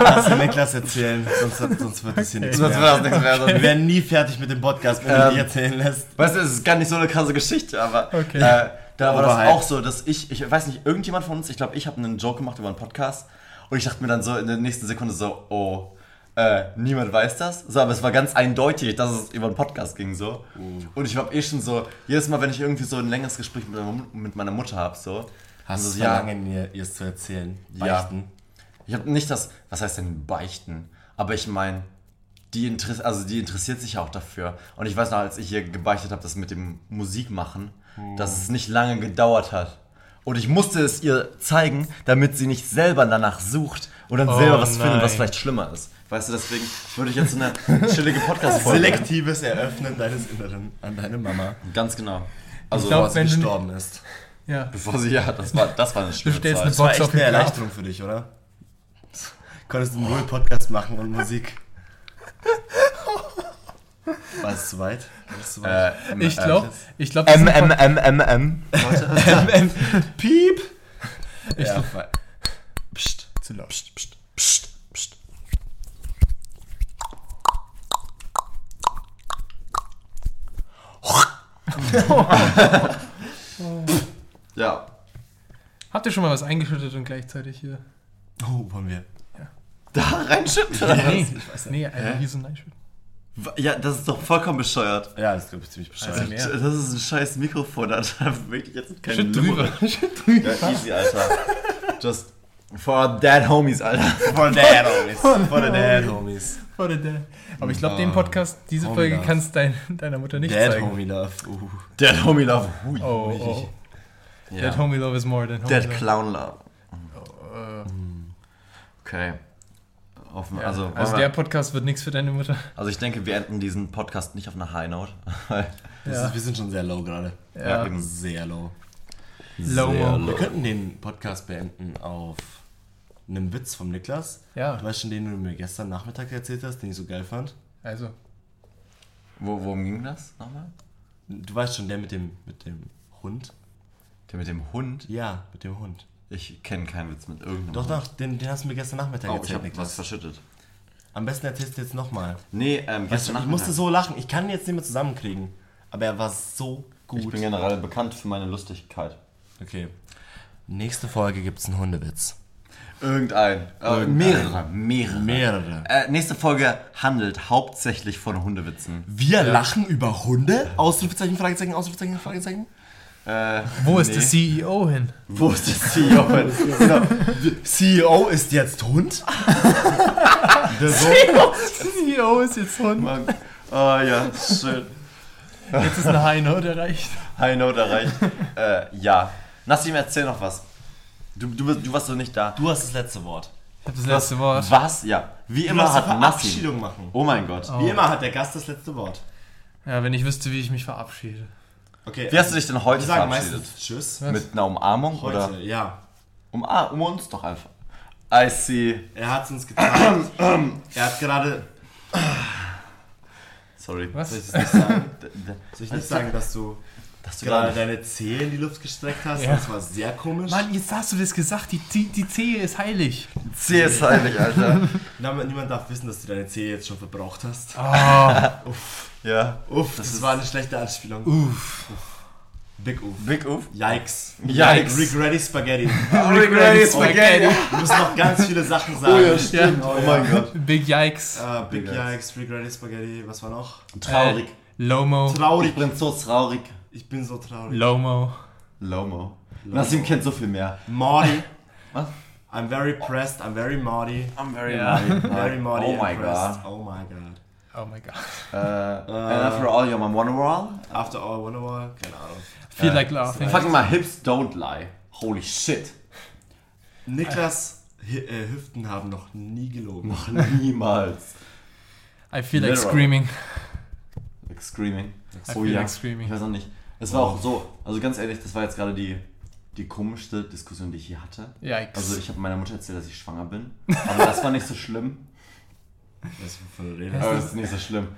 Lass den Niklas erzählen, sonst, sonst wird es hier nichts Sonst mehr. wäre das nichts mehr. Wir Sonst- werden nie fertig mit dem Podcast, wenn du Ähm, dich erzählen lässt. Weißt du, es ist gar nicht so eine krasse Geschichte, aber Okay. äh, da war Aber das halt. auch so, dass ich, ich weiß nicht, irgendjemand von uns, ich glaube, ich habe einen Joke gemacht über einen Podcast und ich dachte mir dann so in der nächsten Sekunde so, oh, äh, niemand weiß das. So, aber es war ganz eindeutig, dass es über einen Podcast ging so. Uh. Und ich habe eh schon so, jedes Mal, wenn ich irgendwie so ein längeres Gespräch mit, meiner Mu- mit meiner Mutter habe, so, Hast du so, es ja, verlangen, ihr ihr es zu erzählen? Ja. Beichten? ich habe nicht das, was heißt denn beichten? Aber ich meine, die, Interess also die interessiert sich ja auch dafür. Und ich weiß noch, als ich hier gebeichtet habe, das mit dem Musikmachen, dass es nicht lange gedauert hat. Und ich musste es ihr zeigen, damit sie nicht selber danach sucht und dann Oh selber was findet, was nein. vielleicht schlimmer ist. Weißt du, deswegen würde ich jetzt so eine chillige Podcast-Folge. Selektives Eröffnen deines Inneren an deine Mama, Ganz genau. Also, glaub, bevor sie wenn du- gestorben ist. Ja. bevor sie, ja, das war, das war eine schlimme stellst Zeit. eine Das war Box echt auf eine den Kopf. Erleichterung für dich, oder? Konntest du einen Podcast machen und Musik. War es zu weit? War es zu weit? Äh, Ich äh, glaube, ich glaube, M, M, M, M, M. Piep! ich Ja, glaub, voll. Psst. Zu laut. Psst, psst, psst, psst. ja. habt ihr schon mal was eingeschüttet und gleichzeitig hier? Oh, wollen wir. Da reinschütteln. Nee, nee, also hier so ein Einschütten. Ja, das ist doch vollkommen bescheuert. Ja, das ist, glaube ich, ziemlich bescheuert. Also- Ja. Das ist ein scheiß Mikrofon, da bewegt ich jetzt keine Schütt Limo. drüber. Schütt drüber. Ja, easy, Alter. Just for dead homies, Alter. Von der Dad, Homies. Von der Dad, Homies. Vor der Dad. Aber ich glaube, den Podcast, diese Oh, Folge ja. kannst dein, deiner Mutter nicht Dad, zeigen. Homie Love. Uh. Dead homie love. Hui. Oh, oh. Ja. Dead Homie Love is more than Homie Dead Love. Äh, Clown Love. Okay. Auf, Ja. also, Also, wollen wir- der Podcast wird nichts für deine Mutter. also ich denke, wir enden diesen Podcast nicht auf einer High Note. Das Ja. ist, wir sind schon sehr low gerade. Ja. eben. Sehr low. Low. Sehr Wir low. könnten den Podcast beenden auf einem Witz vom Niklas. Ja. Du weißt schon, den du mir gestern Nachmittag erzählt hast, den ich so geil fand. Also, Wo, worum ging das nochmal? Du weißt schon, der mit dem, mit dem Hund? Der mit dem Hund? Ja, mit dem Hund. Ich kenne keinen Witz mit irgendeinem Doch, doch, Hund. den, den hast du mir gestern Nachmittag Oh, ich erzählt, habe was Niklas. verschüttet. Am besten erzählst du jetzt nochmal. Nee, ähm, Weißt du, gestern ich Nachmittag. musste so lachen. Ich kann ihn jetzt nicht mehr zusammenkriegen. Aber er war so gut. Ich bin generell bekannt für meine Lustigkeit. okay. Nächste Folge gibt's einen Hundewitz. Irgendein. Äh, Irgendein. mehrere, mehrere. Mehrere. Äh, nächste Folge handelt hauptsächlich von Hundewitzen. Wir lachen über Hunde? Ausrufezeichen, Fragezeichen, Ausrufezeichen, Fragezeichen. Äh, Wo ist der E CEO hin? Wo ist das CEO? genau. CEO E ist jetzt Hund? Der Sohn- E CEO ist jetzt Hund. Mann. Ah ja, schön. Jetzt ist eine ne? High Note erreicht. High Note erreicht. äh, ja. Nassim, erzähl noch was. Du, du, bist- du warst doch nicht da. du hast das letzte Wort. Ich hab das letzte Wort. Was? Ja. Wie Du immer musst eine hat Nassim. Verabschiedung machen. Oh mein Gott. Wie immer hat der Gast das letzte Wort. Ja, wenn ich wüsste, wie ich mich verabschiede. Okay. Wie hast du dich denn Wir heute sagen verabschiedet? meistens Tschüss. Mit einer Umarmung? Heute, Oder? ja. Um, ah, um uns doch einfach. I see. Er hat's uns gezeigt. er hat gerade. Soll Sorry. ich Was? das nicht sagen? D- d- Soll ich nicht sagen, dass du Dass du gerade gerade deine Zehe in die Luft gestreckt hast? Ja. Das war sehr komisch. Mann, jetzt hast du das gesagt. Die, die, die Zehe ist heilig. C ist heilig, Alter. Na, Niemand darf wissen, dass du deine Zehe jetzt schon verbraucht hast. Ah. Uff. ja. Uff, das, ist- war eine schlechte Anspielung. Uff. Big Uff. Big Uff. Yikes. Yikes. Regretty Spaghetti. Wir Regretty Spaghetti. müssen noch ganz viele Sachen sagen. stimmt. Oh mein Gott. Big Yikes. Äh, Big Big Yikes. Yikes, Regretty Spaghetti, was war noch? Traurig. Äh, Oh. Lomo. Ich Traurig. bin so Äh, traurig. Ich bin so traurig. Lomo. Lomo. Nassim kennt so viel mehr. Morty. Was? I'm very pressed, I'm very Morty. I'm very Ja. naughty. Very Morty Oh my impressed. god. Oh my god. Oh mein Gott. Uh, and after all, you're my Wonderwall. After all, Wonderwall? Keine Ahnung. Feel like laughing. Fucking my hips don't lie. Holy shit. Niklas Hi- äh, Hüften haben noch nie gelogen. Noch niemals. I feel like Literal. screaming. Like screaming. Oh I feel like screaming. Ich weiß auch nicht. Es war auch so. Also ganz ehrlich, das war jetzt gerade die, die komischste Diskussion, die ich hier hatte. Yikes. Also ich habe meiner Mutter erzählt, dass ich schwanger bin. Aber das war nicht so schlimm. Weißt du, wovon du redest? Also, Aber das ist nicht so schlimm.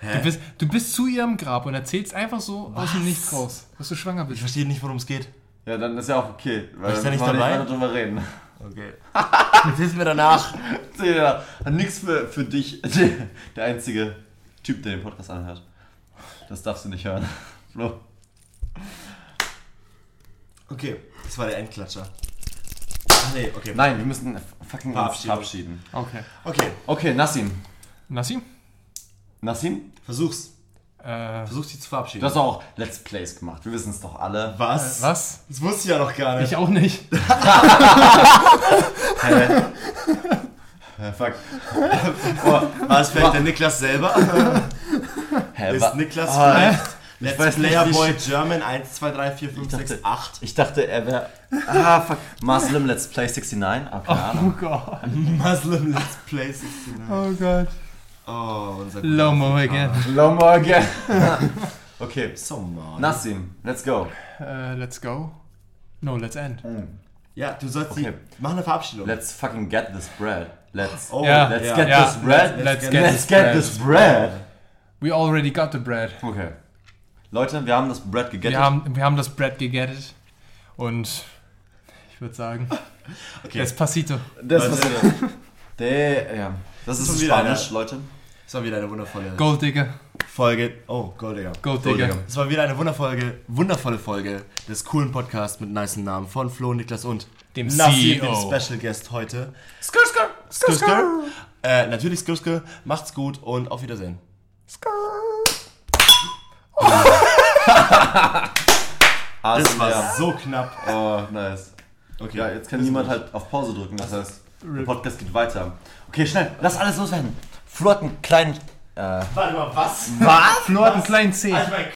du, bist, du bist zu ihrem Grab und erzählst einfach so aus dem Nichts raus, dass du schwanger Ich bist. verstehe nicht, worum es geht. Ja, dann ist ja auch okay. Weil Warst du da nicht wir dabei? weiter drüber reden. Okay. Jetzt hilf mir danach. Ja, nix für, für dich. Der einzige Typ, der den Podcast anhört. Das darfst du nicht hören. Flo. Okay, das war der Endklatscher. Ach nee, okay. Nein, wir müssen fucking uns Verabschiedung. verabschieden. Okay. Okay, Okay, Nassim. Nassim? Nassim, versuch's. Äh, Versuch dich zu verabschieden. du hast auch Let's Plays gemacht. Wir wissen es doch alle. was? was? Das wusste ich ja noch gar nicht. Ich auch nicht. Hä, fuck. Boah, War es vielleicht der Niklas selber? hä, wa- Ist Niklas Ah, vielleicht Let's weiß nicht, Player wie Boy German 1, 2, 3, 4, 5, dachte- 6, 8? Ich dachte, er wäre. Ah, fuck. Muslim Let's Play 69? Ah, keine Oh Ahnung. Gott. Muslim Let's Play 69. Oh Gott. Oh, unser Lomo again. Long again. Okay. So, Mann. Nassim, let's go. Äh, let's go. No, let's end. Ja, du sollst Okay. die... Mach eine Verabschiedung. Let's fucking get this bread. Let's. oh, Ja. Let's ja. get Ja. this bread. Let's get get Let's this get bread. this bread. We already got the bread. Okay. Leute, wir haben das Bread gegettet. Wir haben, wir haben das Bread gegettet. Und ich würde sagen, Okay, es passito. das Leute. was Der, ja. Das Schon ist wieder Spanisch, einer. Leute. das war wieder eine wundervolle Gold Digger. Folge. Oh, Goldiger. Gold Digger. Es war wieder eine wundervolle, wundervolle Folge des coolen Podcasts mit niceen Namen von Flo, Niklas und Dem Nassim, dem CEO. E Special Guest heute. Skrr, skrr, skrr, Skrr. Äh, natürlich Skrrske, macht's gut und auf Wiedersehen. Ah, Das war ja. so knapp. Oh, nice. Okay, Ja, jetzt kann das niemand war's. halt auf Pause drücken. Das heißt, der Podcast geht weiter. Okay, schnell, lass alles loswerden. Flo hat einen kleinen. Äh, Warte mal, was? was? Flo hat einen kleinen Zeh. Ich mein,